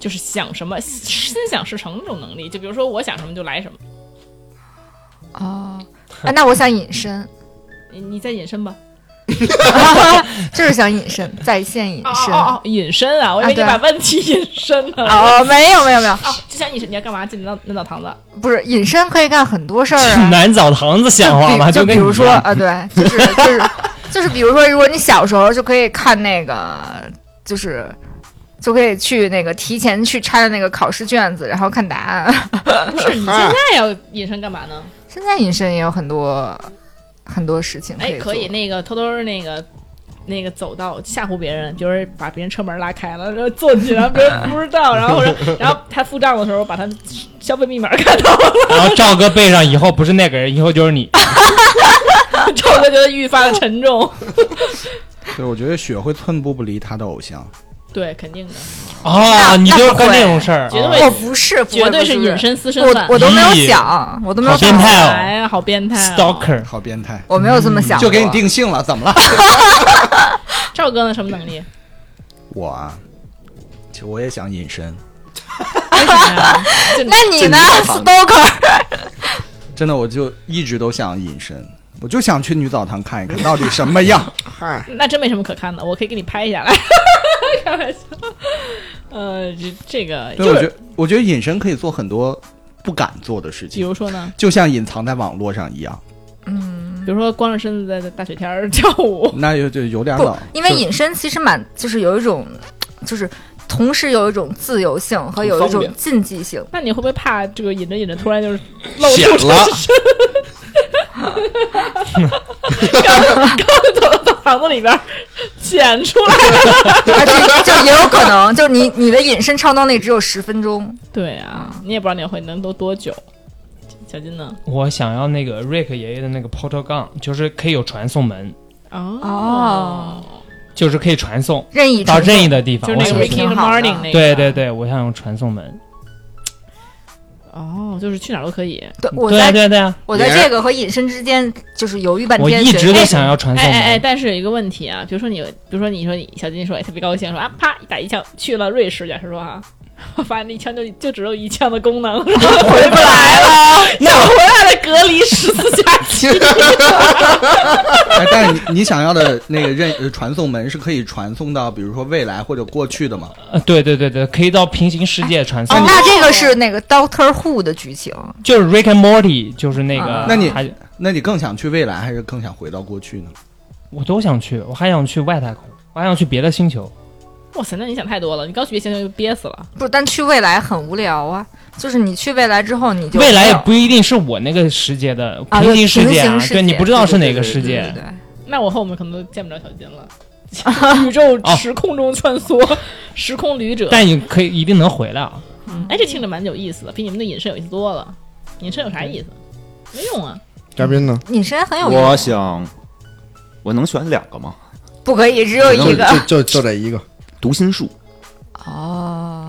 就是想什么心想事成那种能力，就比如说我想什么就来什么。
哦。啊，那我想隐身，
你你再隐身吧，
就是想隐身，在线隐
哦
身。
哦哦，隐身啊！我以为你
对
把问题隐身了。哦，
哦，没有没有没有，
就想隐身，你要干嘛？进那那澡堂子？
不是隐身可以干很多事儿啊。
男澡堂子
就
想法吧，
比就
跟
比
你
如说
一样
啊，对，就是就是就是，比如说，如果你小时候就可以看那个，就是就可以去那个提前去拆的那个考试卷子，然后看答案。
不 是，你现
嗨
在要隐身干嘛呢？
现在隐身也有很多很多事情
哎，
以做
可以，那个偷偷那个。那个走道吓唬别人，就是把别人车门拉开了，然后坐进去，然后别 人不知道，然后说，然后他付账的时候把他消费密码看到 了，
然后赵哥背上以后不是那个人，以后就是你。
赵哥觉得愈发的沉 重。
对，我觉得雪会寸步不离他的偶像。
对，肯定的，
哦，你就是干这种事儿，啊
绝对
我不是，不会
绝对是
不是
隐身私生
我
饭。
我都没有
咦
想，我都没有
好变
想
态嗯哦
哎呀，好变态、啊
stalker
好变态，
我没有这么想过，
就给你定性了，怎么 了？
赵哥呢？什么能力？
我啊，其实我也想隐身，
那你呢，stalker？
真的，我就一直都想隐身，我就想去女澡堂看一看到底什
哎
么样。
嗨，
那真没什么可看的，我可以给你拍下来。 开玩笑，呃，这这个
对，
就
我觉
是，
得我觉得隐身可以做很多不敢做的事
比
情，
如说呢，
就像隐藏在网络上一样，
比如说光着身子在在大雪天儿跳舞，
那就就有点
不
冷，，
因为
就
隐身其实蛮就是有一种，就是同时有一种自由性和
很
有一
方
种
便
禁忌性。
那你会不会怕这个隐着隐着突然就是露出
显
真
了
身？刚刚走到澡堂子里边儿，显出 来。
而且就也有可能，就是你你的隐身超能力只有十分钟，
对啊，你也不知道你会能都多久。小金呢？
我想要那个瑞克爷爷的那个 portal gun，就是可以有传送门，
哦，
就是可以传送
任意
到
承受
哦任意的地
就哦是
方。我
那
想
个
也
去
挺
Ricky
好的
Morning 那个，
对对，对，我想用传送门。
哦，就是去哪儿都可以。
对，我
对啊
在
对啊对啊，
我在这个和隐身之间就是犹豫半
我
天，
一
觉
直
得
都
哎
想要传
哎
送
哎哎！
门。
但是有一个问题啊，比如说你，比如说你说你小金说哎特别高兴，说啊啪一打一枪去了瑞士，假设说啊， 我发现那一枪就就只有一枪的功能，回不来了，想回来了隔离十四加七。
哎，但是你你想要的那个任呃传送门是可以传送到，比如说未来或者过去的嘛？
呃对对对对，可以到平行世界传送
哦，
门，
那这个是那个 Doctor Who 的剧情，
就是 Rick and Morty，就是那个
啊。
那你
还
那你更想去未来，还是更想回到过去呢？
我都想去，我还想去外太空，我还想去别的星球。
哇塞，那你想太多了，你刚去别星球就憋死了。
不，但去未来很无聊啊。就是你去未来之后，你就
未来
没
也
有
不一定是我那个世界的
啊
平行世
平
界啊
行，世界
对你不知道是哪个
对
世界
对。对对
那我和我们可能都见不着小金 了，宇宙时空中穿梭，时空旅者。
但你可以一定能回来啊！
哎，这听着蛮有意思的，比你们的隐身有意思多了。隐身有啥意思？没用啊！
嘉宾呢？
隐身很有用，
我想，我能选两个吗？
不可以只有一个
就就就这一个。
读心术
哦。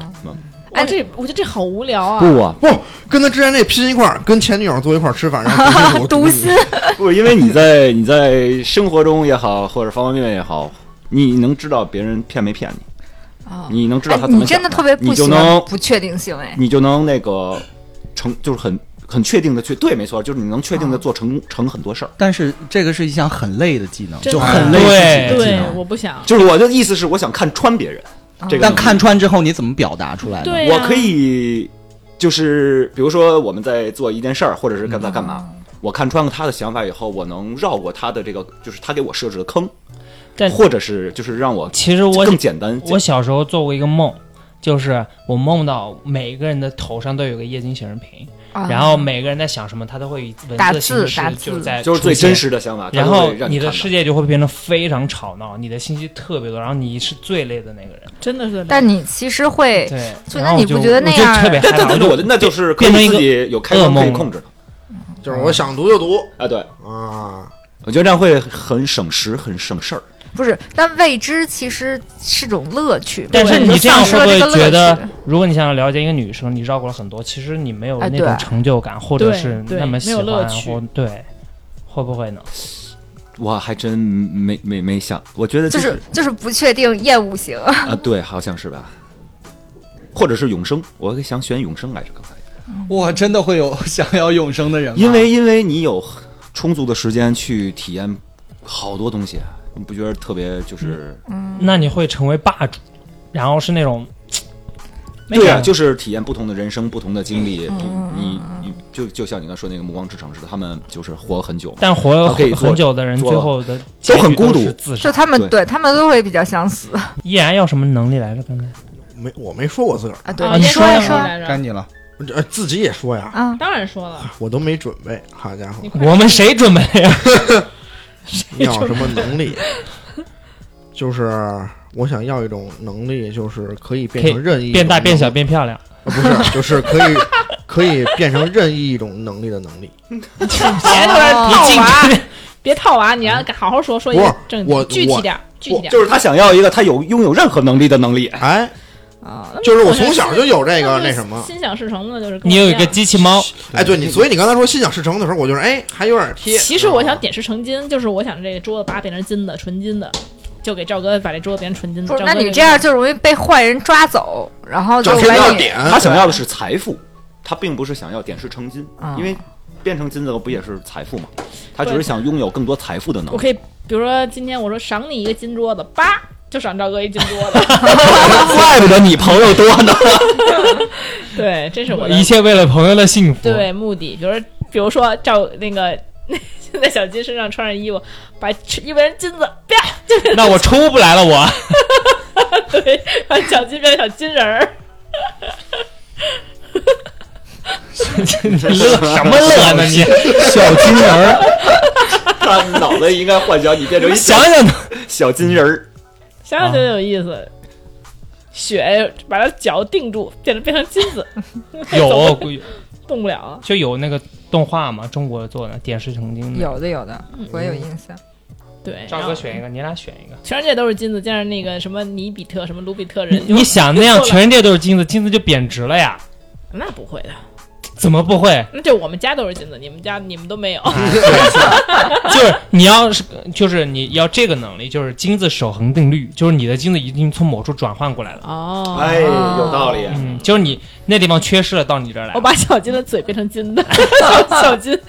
哎，这我觉得这好无聊啊！
不啊，
不跟他之前那拼一块儿，跟前女友坐一块儿吃饭，然后
读 心，
不是因为你在你在生活中也好，或者方方面面也好，你能知道别人骗没骗你，
哦
你能知道
哎
他，怎
你
么想
真的特别
你
不
就
喜
能
欢不确定性哎，
你就能那个成，就是很很确定的去对，没错，就是你能确
哦
定的做成、成很多事儿。
但是这个是一项很累的技能，
真
就
的
很累
对
自己的技
对，
能。
我不想。
就是我的意思是，我想看穿别人，这个
但
哦
能力
看穿之后你怎么表达出来呢？
对、呀啊
我可以就是比如说我们在做一件事儿，或者是干在干嘛。
嗯
我看穿了他的想法以后，我能绕过他的这个，就是他给我设置的坑，
但
或者是就是让我
其实我
更简单。
我小时候做过一个梦，就是我梦到每一个人的头上都有个液晶显示屏，
啊
然后每个人在想什么，他都会以文
打
字形
字
式
打
就是
字
在
就是
出
最
现
真。实的想法，
然
他都
后
会让
你
看
的
到
世界就会变得非常吵闹，你的信息特别多，然后你是最累的那个人。
真的是。
但你其实会
对，
就
然
哎那
后
你
我就
不觉得那样
我就特别害
对
怕。
对对，我的那就是可以
变成一个
自己有开关可以控制的
就是我想读就读
啊。对，
啊，
我觉得这样会很省时，很省事儿。
不是，但未知其实是种乐趣，
但是
对
你这样
就丧
会
失
不
了这个
会
乐
觉得
趣，
如果你想要了解一个女生，你绕过了很多，其实你没有
哎
那
对
种成就感，或者
对
是
对
那么
没
喜
有乐
欢
趣
或对，会不会呢？
我还真没没没想，我觉得
就
这
是就是不确定厌恶型，
啊，对，好像是吧。或者是永生，我想选永生来着，刚才。
我真的会有想要永生的人啊吗，
因为因为你有充足的时间去体验好多东西，你不觉得特别就是？
那你会成为霸主，然后是那种，没
对啊，
有
就是体验不同的人生、不同的经历。不你你就就像你刚才说那个《暮光之城》似的，他们就是活很久嘛，
但活了
啊他可以
很
做
很久的人，
做
最后的
都
结
很
局
孤
是
独
自
就
杀。
他们
对
对他们都会比较想死
依然要什么能力来着？刚才
没我没说我自个
啊。对，
啊，
你
说
说
呀
呀
说呀
来
该
着，
你了。
儿，呃自己也说呀，
啊，
当然说了，
我都没准备。好家伙
你，
我们谁 准备呀？
你要什么 能力？就是我想要一种能力，就是可以变成任意一种
变大、变小、
能力，
变漂亮，
呃不是，就是可以可以变成任意一种能力的能力。
别在那
哦
儿套娃，别套娃，你要好好说，说一
不
个
是
正
我
具体点儿，具体点
就
儿。
是他想要一个他有拥有任何能力的能力。
哎，
啊，
就是我从小就有这个那什么。
心想事成的，就是跟
你
我
有一
样
个。机器猫，
哎，对你，所以你刚才说心想事成的时候，我就是哎，还有点贴。啊
其实我想点石成金，就是我想这个桌子把它变成金的，纯金的，就给赵哥把这桌子变成纯金的。
不是，
赵
那
哥
你
个
这样就容易被坏人抓走，然后就
找
把
要
你
点，
他想要的是财富，他并不是想要点石成金
嗯，
因为变成金子不也是财富嘛？他只是想拥有更多财富的能
我
力。
可以，比如说今天我说赏你一个金桌子，叭就赏赵哥一金桌子。
怪不得你朋友多呢。
对，这是我的
一切为了朋友的幸福。
对目的，比如说，比如说照那个 现在小金身上穿上衣服，把一围人金子，啪，
那我出不来了， 我。
对， 把小金变成小金人儿，
乐什么乐呢你？
小金人儿，
他脑子应该幻想你变成一
想想呢，
小金人儿，
想
啊
想就有意思。雪把他脚定住，变得变成金子，
有哦有
动不了啊。
就有那个动画嘛，中国做的点石成金的。
有的有的，我有印象。
对，
赵
然后
哥选一个，你俩选一个。
全世界都是金子，加上那个什么尼比特、什么卢比特人，
你想那样，
就
全世界都是金子，金子就贬值了呀？
那不会的，
怎么不会？
那就我们家都是金子，你们家你们都没
哦
有。
哎 就是你要是就是你要这个能力，就是金子守恒定律，就是你的金子一定从某处转换过来了。
哦，
哎，有道理。
嗯，就是你那地方缺失了，到你这儿来
我
了。
把小金的嘴变成金的， 小小金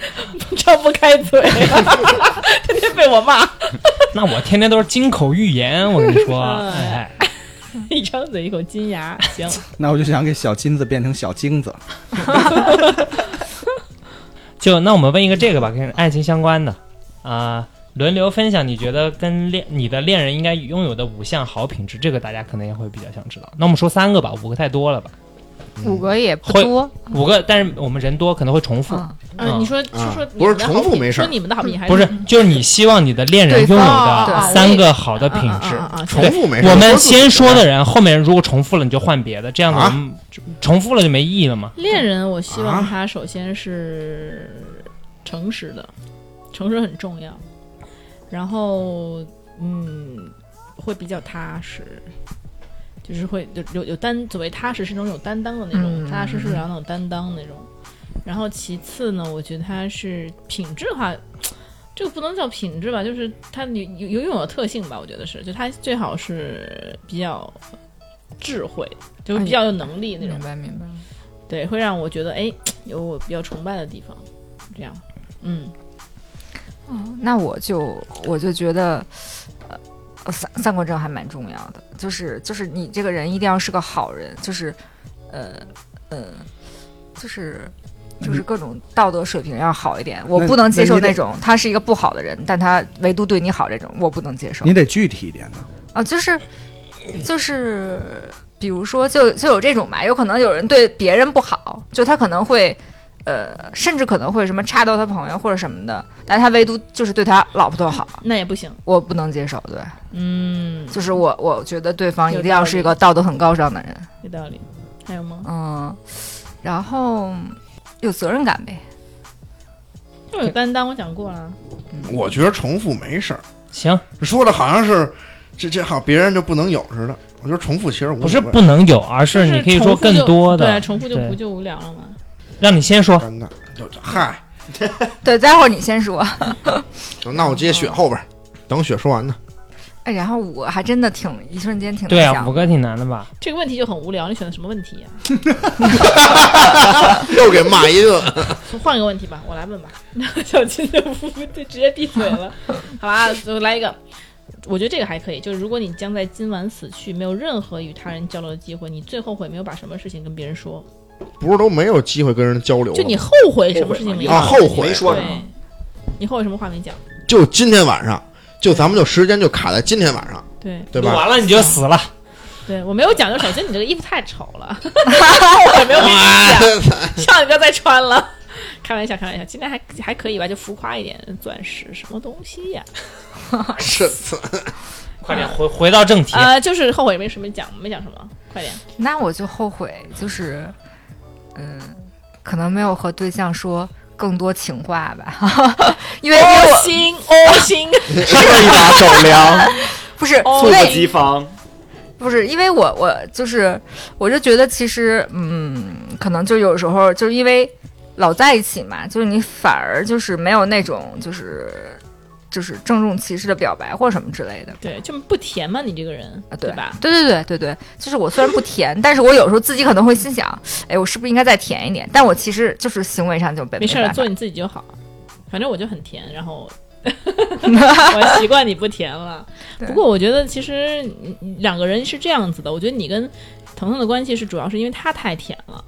张不开嘴， 天天被我骂，
那我天天都是金口玉言，我跟你 说，
哎
哎，
一张嘴一口金牙。行，
那我就想给小金子变成小金子，
就那我们问一个这个吧，跟爱情相关的啊、轮流分享，你觉得跟恋你的恋人应该拥有的五项好品质，这个大家可能也会比较想知道。那我们说三个吧，五个太多了吧？
五个也不
会
多，
五个，但是我们人多可能会重复，
嗯，
嗯嗯，你说
啊
说说你
不是
们的
重
好
复
品
没事儿嗯
说你们的好品还
不是？就是你希望你的恋人拥有
对
的
方
三个好的品质。
啊啊啊啊
重复没事。
我们先说的人，后面如果重复了，你就换别的，这样子我们就重复了就没意义了嘛。
恋人，我希望他首先是诚实的，诚实很重要。然后，嗯，会比较踏实，就是会有有有担，所谓踏实是那种有担当的那种，
嗯
踏踏实实然后有担当那种。然后其次呢，我觉得他是品质哈，这个不能叫品质吧，就是他有有有拥有特性吧，我觉得是，就他最好是比较智慧，
哎
就是比较有能力那种
明。白明白。
对，会让我觉得哎，有我比较崇拜的地方，这样，嗯，
那我就我就觉得，呃，三三观正还蛮重要的，就是就是你这个人一定要是个好人，就是，呃呃，就是。就是各种道德水平要好一点，我不能接受嗯那种他是一个不好的人，但他唯独对你好这种，我不能接受
你得具体一点呢。
啊！就是就是，比如说就就有这种吧，有可能有人对别人不好，就他可能会呃，甚至可能会什么插到他朋友或者什么的，但他唯独就是对他老婆特好，
那也不行，
我不能接受，对，
嗯，
就是我我觉得对方一
有
定要
道
是
理
一个道德很高尚的人，
有道理。还有吗？
嗯，然后有责任感呗，
就是有担当，我讲过了。
我觉得重复没事儿，
行，
说的好像是这这好别人就不能有似的。我觉得重复其实无
不
所
是
谓
不能有，而
就是
你可以
重
说
复
更
就
多的
对，，重复就
对
不就无聊了吗？
让你先
哦
说。
尴尬。就就嗨，
对，待会儿你先说，
就那我接雪后边儿，等雪说完呢。
哎，然后我还真的挺一瞬间挺
对
想
啊，五个挺难的吧？
这个问题就很无聊，你选的什么问题呀、
又给骂一顿。
换一个问题吧，我来问吧。小金就不就直接闭嘴了，好吧，我来一个。我觉得这个还可以，就是如果你将在今晚死去，没有任何与他人交流的机会，你最后悔没有把什么事情跟别人说？
不是都没有机会跟人交流了吗？
就你后悔什么事情没有？
啊后悔
没说什
对
么，，
你后悔什么话没讲？
就今天晚上，就咱们就时间就卡在今天晚上，
对，
对吧？
完了你就死了，
对我没有讲究，首先你这个衣服太丑了， 后悔没有给 你讲，上一个再穿了。开玩笑，开玩笑，今天还还可以吧，就浮夸一点，钻石什么东西呀、
是，
快点回回到正题。
呃，就是后悔没什么讲，没讲什么，快点。
那我就后悔，就是，嗯、可能没有和对象说更多情话吧， 因为因为
欧
我哦
心，欧心，
一把狗粮，
不是
哦
因
猝不
为
及防。
不是因为我我就是我就觉得其实嗯，可能就有时候就是因为老在一起嘛，就是你反而就是没有那种就是就是郑重其事的表白或什么之类的。
对，就不甜嘛，你这个人，
啊，对
吧？？
对对对对对，就是我虽然不甜，但是我有时候自己可能会心想，哎，我是不是应该再甜一点？但我其实就是行为上就被
没事
办
儿，
法
做你自己就好。反正我就很甜，然后我习惯你不甜了。
对
不过我觉得其实你你两个人是这样子的，我觉得你跟腾腾的关系是主要是因为他太甜了，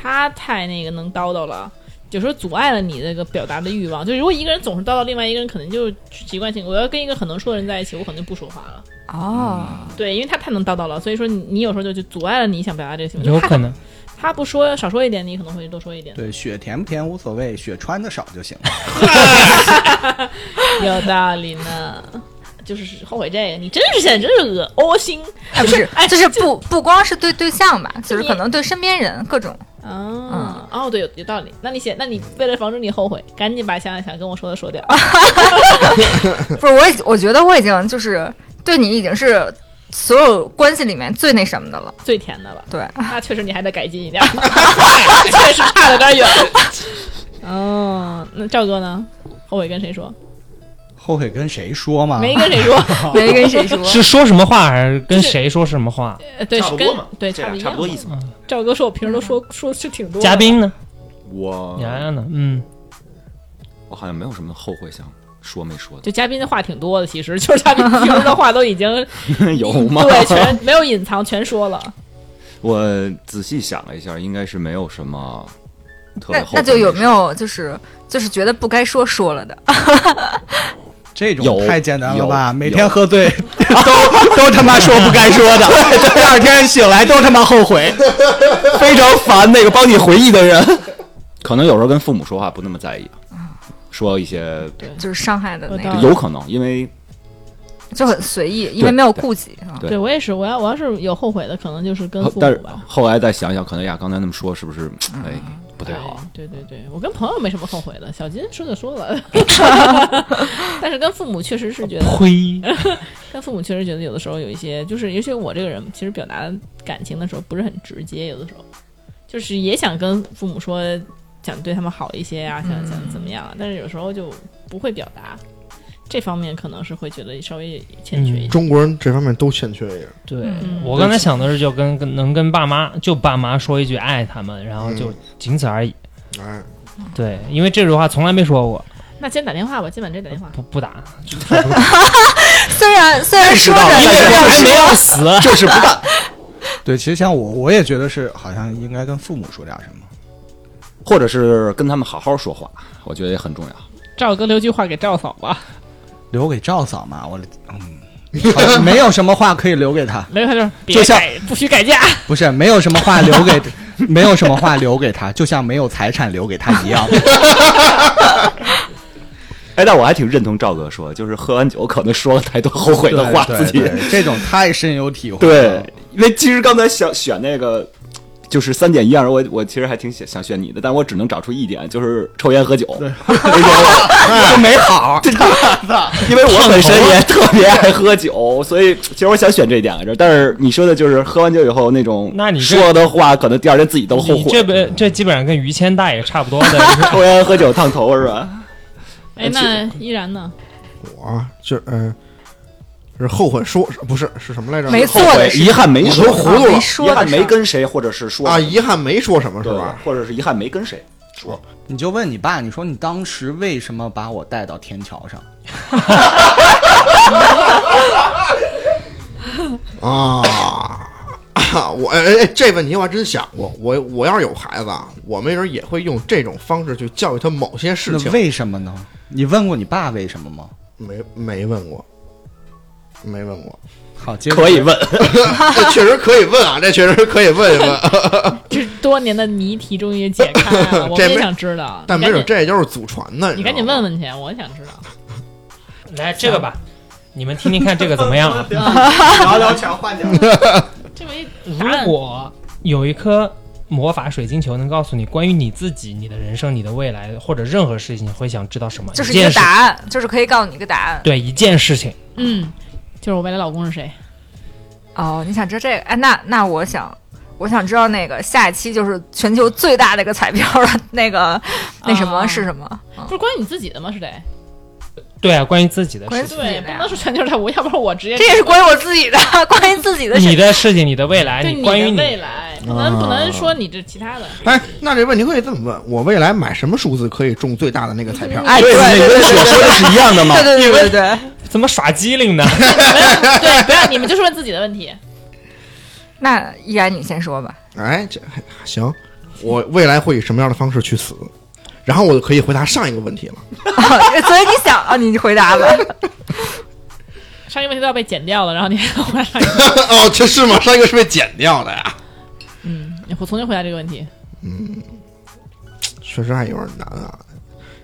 他太那个能叨叨了。有时候阻碍了你那个表达的欲望，就如果一个人总是叨叨，另外一个人可能就是习惯性。我要跟一个很能说的人在一起，我可能就不说话了。
哦，
对，因为他太能叨叨了，所以说你你有时候就就阻碍了你想表达这个行为。
有
他
可能，
他不说少说一点，你可能会多说一点。
对，血甜不甜无所谓，血穿的少就行。
有道理呢。 就是后悔这个，你真是现在真是恶恶心
哎，不是，
哎
就是不不光是对对象吧，就是
你
可能对身边人各种。
啊！哦，对，有有道理。那你写，那你为了防止你后悔，赶紧把想想跟我说的说掉。
不是我已，我觉得我已经就是对你已经是所有关系里面最那什么的了。
最甜的了，
对，
那确实你还得改进一点， 确实差的有点远。哦，那赵哥呢？后悔跟谁说？
后悔跟谁说
啊
嘛？
没跟谁 说，
没跟谁说。
是说什么话还是跟谁说什么话？
呃对，
差
是
不
跟
多嘛，
对，
这
差
俩
不一
差不多意
样。
思嘛。
赵哥说，我平时都说说是挺多的。
嘉宾呢？
我
洋洋
哦
呢？嗯，
我好像没有什么后悔想说没说
就嘉宾的话挺多的，其实就是嘉宾平时的话都已经
的，有吗？
对全没有隐藏，全说了。
我仔细想了一下，应该是没有什么特别
那
后悔
那就有没
的
有就是就是觉得不该说说了的？
这种
有
太简单了
有
吧？每
有
天喝醉 都都他妈说不该说 的，第二天醒来都他妈后悔。
事非常烦那个帮你回忆的人。可能有时候跟父母说话不那么在意，
嗯
说一些
就是伤害的那
我懂
个，
有可能，因为
就很随意，因为没有顾忌。嗯
对
对我也是，我要我要是有后悔的，可能就是跟父
但
母
是
吧。
后来再想想，可能呀，刚才那么说是不是？
嗯
哎，不太
对
好。
对对对，我跟朋友没什么后悔的，小金说就说 了，但是跟父母确实是觉得，
呸！
跟父母确实觉得有的时候有一些，就是尤其我这个人，其实表达感情的时候不是很直接，有的时候就是也想跟父母说，想对他们好一些啊，想想怎么样
嗯
啊，但是有时候就不会表达。这方面可能是会觉得稍微欠缺一点，
中国人这方面都欠缺一点。
对
嗯
我刚才想的是，就跟跟能跟爸妈就爸妈说一句爱他们，然后就
嗯
仅此而已。
哎，
对，因为这句话从来没说过，
嗯
那今天打电话吧，今晚直接打电话。
不 不打，
虽然虽然说着
意识到了
没有
还没
说，
有死。啊
哎
就是不干，
对，其实像我，我也觉得是好像应该跟父母说点什么。
或者是跟他们好好说话，我觉得也很重要。
赵哥留句话给赵嫂吧，
留给赵嫂嘛，我 嗯，好像没有什么话可以留给她，
留下就是
就
别
像
改，不许改嫁。
不是没有什么话留 给，没有什么话留给她，就像没有财产留给她一 样。
哎，但我还挺认同赵哥说，就是喝完酒可能说了太多后悔的话，
对
自己
对对这种太深有体会。
对，，因为其实刚才想选那个。就是三点一样，我我其实还挺想想选你的，但我只能找出一点，就是抽烟喝酒，这点我就没 好，因为我本身也特别爱喝酒，所以其实我想选这两个字儿，但是你说的就是喝完酒以后那种，
那你这
说的话，可能第二天自己都后
你
悔，
这边这基本上跟于谦大爷差不多的，
抽烟喝酒烫头是吧？
哎，那依然呢？
我啊就嗯、是后悔说不是是什么来着？
没
后
做
悔
的事
遗憾没说啊
我都糊涂了
没
遗
说的
憾
事
没
儿
跟谁，或者是说
啊，遗憾没说什么是
对
吧？
或者是遗憾没跟谁，
你就问你爸，你说你当时为什么把我带到天桥上？
啊。 我哎哎，哎这问题我还真想过。我我要是有孩子，啊，我没准也会用这种方式去教育他某些事
那
情。
为什么呢？你问过你爸为什么吗？
没没问过，没问 过。
好，接着
可以问。
这确实可以问啊，这确实可以问一 问。
这多年的谜题终于解开 了，我
这
们也
没
想知道。
但
你
没
赶
准
紧
这就是祖传的，
你
知道
赶紧
吗
问。问去，我也想知道。
来这个吧，你们听听看这个怎么样啊？
聊聊强换 点。
这没答
如
案，
果有一颗魔法水晶球能告诉你关于你自己、你的人生、你的未来或者任何事情，你会想知道什么？
就是
一
一个
件事
答，案，就是可以告诉你一个答案。
对一件事情。
嗯，就是我未来老公是谁？
哦，你想知道这个？哎，那那我想，我想知道那个下一期就是全球最大的一个彩票的那个那什
啊
么是什么？
不是关于你自己的吗？是得
对啊，关于自己的
关于
事
自
情，
己
对，
的
不能
呀，
说全球在我，要不然我直接
这也是关于我自己的， 关于自己的
你
事。
的事情、你的未来，
对
你
你
关于
的
你
未来，不能不能说你这其他 的。
哎，那这问题可以这么问：我未来买什么数字可以中最大的那个彩票？
哎，对
你
对
跟我说的是一样的吗？
对对对对，
怎么耍机灵呢？
对，不要你们就是问自己的问题。
那依然你先说吧。
哎，这还行。我未来会以什么样的方式去死？然后我就可以回答上一个 问题了。
所以你想啊，你回答 吧。
上一个问题都要被剪掉了，然后你还回来上一个，
哦，这是吗？上一个是被剪掉的呀。
嗯，你重新回答这个问题。
确实还有点难啊。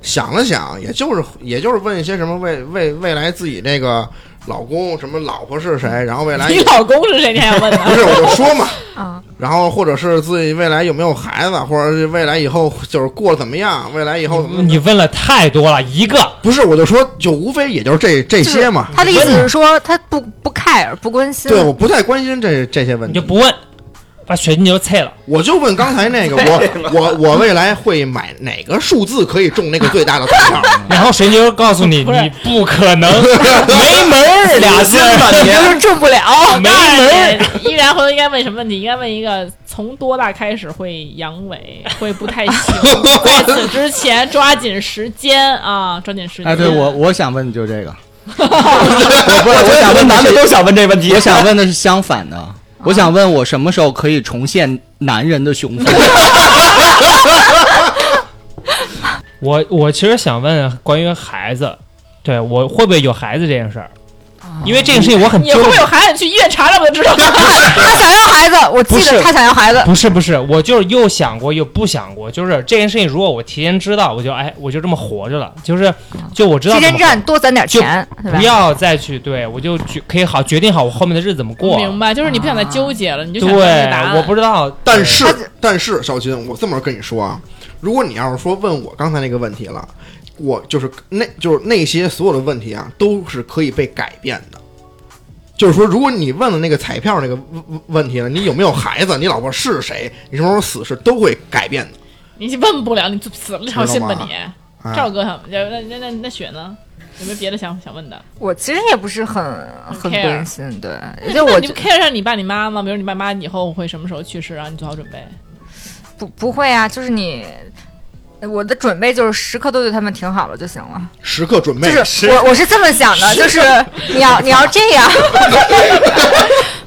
想了想，也就是也就是问一些什么未未未来自己这个老公什么老婆是谁，然后未 来
你老公是谁？你还要问
不
呢？
是我就说嘛，
啊，
然后或者是自己未来有没有孩子，或者是未来以后就是过得怎么样，未来以后怎么怎么
你问了太多了，一个
嗯不是我就说就无非也就是这这
就是
些嘛。
他的意思是说他不不 care 不关心，
对，我不太关心这这些问
你
题
就，不问，把雪你就碎了。
我就问刚才那个， 我我我未来会买哪个数字可以中那个最大的彩票？
然后神牛告诉你，
不是
你不可能，没门 儿俩字儿，
吧你
就是中不了，
没门
儿。依然回头应该问什么问题？应该问一个从多大开始会阳痿，会不太行。 在此之前抓紧时间啊，抓紧时间。
哎，对我我想问的就是 这个，
我不，我想问男的都想问这问题
我想问的是相反的，我想问我什么时候可以重现男人的雄风？
我我其实想问关于孩子，对我会不会有孩子这件事儿，因为这个事情我很
你
纠
会不会有
结。
孩子？你去医院查查不就 知道了。
他想要孩子，我记
不是
得他想要孩子，
不是不是，我就是又想过又不想过，就是这件事情，如果我提前知道，我就哎我就这么活着了，就是就我知道
提
怎
前
么
站多攒点
就
钱，对吧
不？要再去对我就决可以好决定好我后面的日子怎么过。
明白，就是你不想再纠结了，你就
对
想到这个答，案。
我不知道，
但是但是，小金，我这么跟你说啊，如果你要是说问我刚才那个问题了，我就是那就是那些所有的问题啊，都是可以被改变的。就是说，如果你问了那个彩票那个问问问题了，你有没有孩子，你老婆是谁，你什么时候死，是都会改变的。
你问不了，你就死了这条心吧
知道
你。
哎
赵哥想，那那那那雪呢？有没有别的想想问的？
我其实也不是很很
care
关心，对，也就我
你
就
不 care 上你爸你妈吗？比如你爸妈以后会什么时候去世，然后你做好准备。
不不会啊，就是你。我的准备就是时刻都对他们挺好了就行了，
时刻准备，
就是我我是这么想的，就是你要你要这样，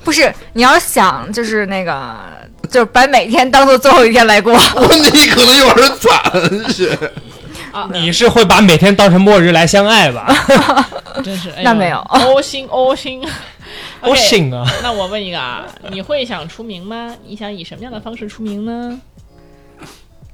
不是你要想就是那个就是把每天当做最后一天来过，
你可能有点惨，是
你是会把每天当成末日来相爱吧？
真是，哎呦、
那没有
呕心呕 心。
我
OK，
信啊！
那我问一个啊，你会想出名吗？你想以什么样的方式出名呢？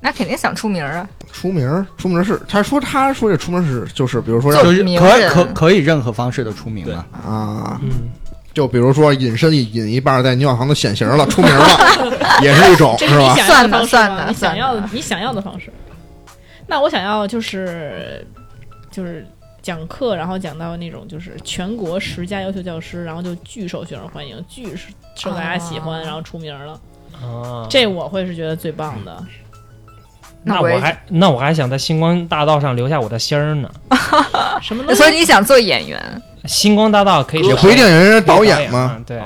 那肯定想出名儿啊，
出名儿，出名儿是他说他说这出名儿是就是比如说让
就是
名
可
人
可可以任何方式的出名吗？
啊，
嗯，
就比如说隐身隐一半在尿堂的显形了，出名了，也是一种
这
是
你
吧？
想要的方式吗
算的
你
算的
想要
算
的，你想要的方式。那我想要就是就是讲课，然后讲到那种就是全国十佳优秀教师，然后就巨受学生欢迎，巨
啊
受大家喜欢，
哦
然后出名了。
哦
啊，
这我会是觉得最棒的。
那
我
我
也
还那我还想在星光大道上留下我的心儿呢。
什么东西
啊所？以你想做演员，
星光大道可以
也不一定人家导演嘛，？
嗯对，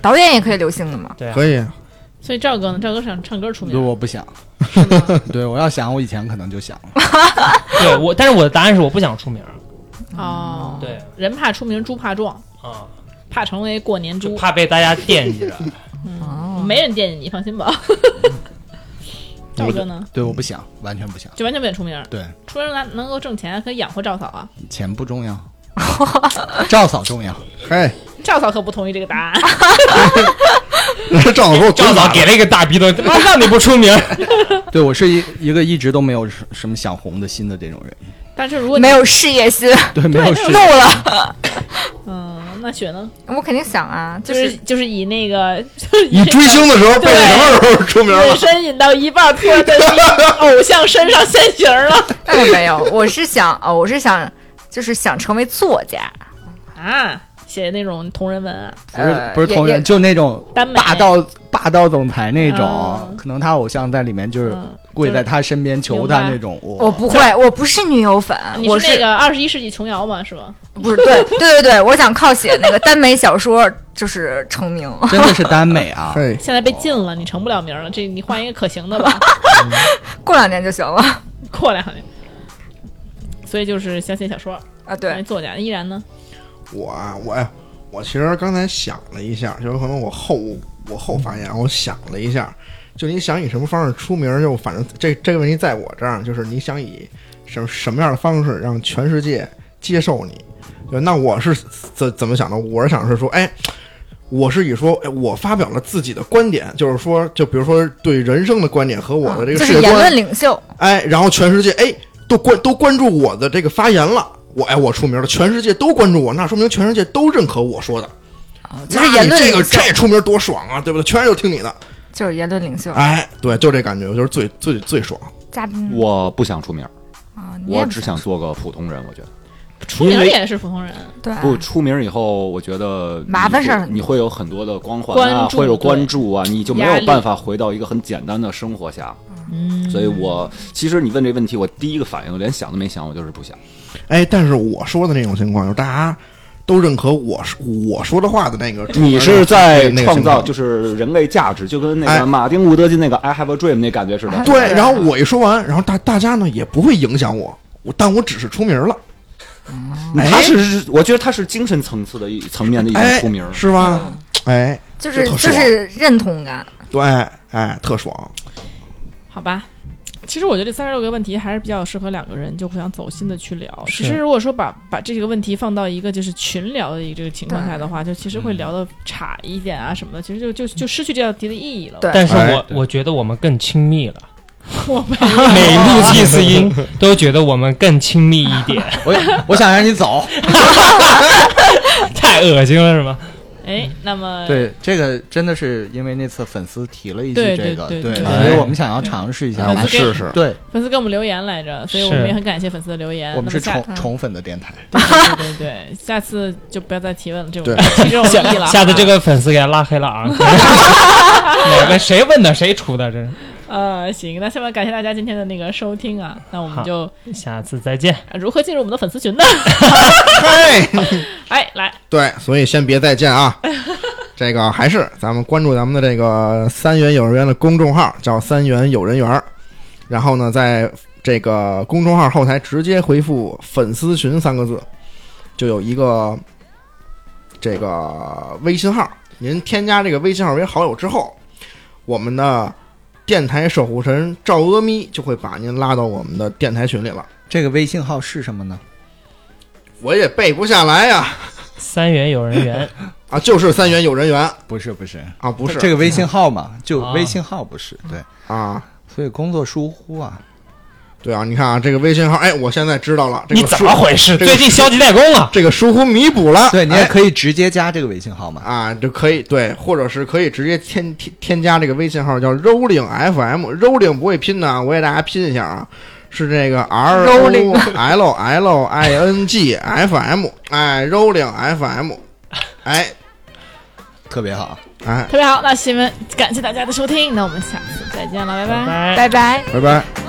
导演也可以留星的嘛，
对
可以。
所以赵哥呢？赵哥想唱歌出
对，
名，
我不想。 对，我要想，我以前可能就想了。
对我，但是我的答案是我不想出名儿。
哦，
对
人怕出名，猪怕壮，
啊，
怕成为过年
就
猪。
怕被大家惦记着。
没人惦记你，放心吧。赵哥呢，
对，我不想，完全不想。
就完全不想出名，
对，
出名能能够挣钱，可以养活赵嫂啊。
钱不重要，赵嫂重要。
嘿，
赵嫂可不同意这个答案。
这正好给我
赵
打
嫂给了一个大逼的，他妈让你不出名儿。
对我是一一个一直都没有什什么想红的心的这种人。
但是如果你
没，有事业心，
对，没有事
怒了，
嗯，那雪呢？
我肯定想啊，
就
就
是是就是以那个，
你追星的时候被什么时候出名
人
了？
身引到一半，突然在自己偶像身上现形了
那个没有，我是想，哦，我是想，就是想成为作家，
啊！写那种同人文啊，
不是
呃
不是同
也
人，就那种
耽美
霸道霸道总裁那种
嗯，
可能他偶像在里面就是
嗯
跪在他身边求
明
他
白哦
那种。我
我不会，我不是女友粉，
你
我
是那个二十一世纪琼瑶嘛，是吗？
不是对对对对，我想靠写那个耽美小说就是成名，
真的是耽美 啊！
嘿，
现在被禁了，你成不了名了。这你换一个可行的吧，
过两年就行了
过两年。所以就是想写小说，
啊。
来
对，
作家依然呢？
我啊，我呀，我其实刚才想了一下，就是可能我后我后发言，我想了一下，就你想以什么方式出名儿，就反正这这个问题在我这儿，就是你想以什么什么样的方式让全世界接受你？就那我是怎怎么想的？我是想是说，哎。我是以说，哎，我发表了自己的观点，就是说，就比如说对人生的观点和我的这
啊就
个世
是
界
言
观，啊
论领袖，
哎，然后全世界哎，都关都关注我的这个发言了，我哎我出名了，全世界都关注我，那说明全世界都认可我说的，
啊，就
那
是言
你
论
这
领
个
袖，
这出名多爽啊，对不对？全是听你的，
就是言论领袖。
哎，对，就这感觉，我就是最最最爽。
嘉宾
我不想出名，
啊，你也
我
不
只想做个普通人。我觉得
出名也是普通人，
对啊
不出名以后，我觉得你
麻烦事儿
会你会有很多的光环啊，
关注
会有关注啊，你就没
压
有
力
办法回到一个很简单的生活下。
嗯，
所以我其实你问这问题，我第一个反应我连想都没想，我就是不想。
哎，但是我说的那种情况，就是大家都认可我说我说的话的那
嗯
个出名
你
的
是在
那个
创
情
造
况
就是人类价值，就跟那
哎
个马丁·路德金那个 “I have a dream” 那感觉似的。
对，然后我一说完，然后大大家呢也不会影响我，我但我只是出名了，
他是，我觉得他是精神层次的一层面的一种
哎
出名，。
是吧？哎，
嗯就是
这特
就
爽
是认同感。
对，哎，特爽。
好吧。其实我觉得这三十六个问题还是比较适合两个人就互相走心的去聊。
是
其实如果说把把这个问题放到一个就是群聊的一个这个情况下的话，就其实会聊的差一点啊什么的，其实就就就失去这道题的意义了。
对
但是
哎
我我觉得我们更亲密 了，
我们
每录祭祀音都觉得我们更亲密一 点，
我我想让你 走。
太恶心了是吗？
哎，那么
对，这个真的是因为那次粉丝提了一句
对
这个，
对对对
所以我们想要尝试一
然
下
后我
哎
们
我
试试，
对，
粉丝给我们留言来着，所以我
是
们也很感谢嗯粉丝的留言。
我们是
那么
宠
下
宠粉的电台。
对对对对，下次就不要再提问了，这种
对
提这种
下
意了。
下次这个粉丝给他拉黑了 啊！哪个谁问的谁出的？这是
呃，行，那下面感谢大家今天的那个收听啊，那我们
好
就
下次再见。
啊如何进入我们的粉丝群呢？
嘿，
哎，来，
对，所以先别再见啊。 这个还是咱们关注咱们的这个三元幼儿园的公众号，叫三元幼儿园儿。然后呢，在这个公众号后台直接回复“粉丝群”三个字，就有一个这个微信号。您添加这个微信号为好友之后，我们的电台守护神赵阿咪就会把您拉到我们的电台群里了。
这个微信号是什么呢？
我也背不下来呀、
三元有人缘，
啊，就是三元幼儿园
不是不是
啊，不是
这个微信号嘛，就
啊
微信号不是对，
啊。
所以工作疏忽啊。
对啊，你看啊，这个微信号，哎，我现在知道了，这
你
个疏
怎么回事？
这个
最近消极怠工了。
这个疏忽弥补了，
对你也
哎
可以直接加这个微信号嘛。
啊，就可以对，或者是可以直接添添添加这个微信号叫 Rolling FM，Rolling 不会拼的啊，我给大家拼一下啊，是这个 R O L L I N G F M，哎，Rolling FM，哎
特别好，
哎，
特别好，那新闻感谢大家的收听，那我们下次再见了，拜拜
拜。
拜拜。
拜拜。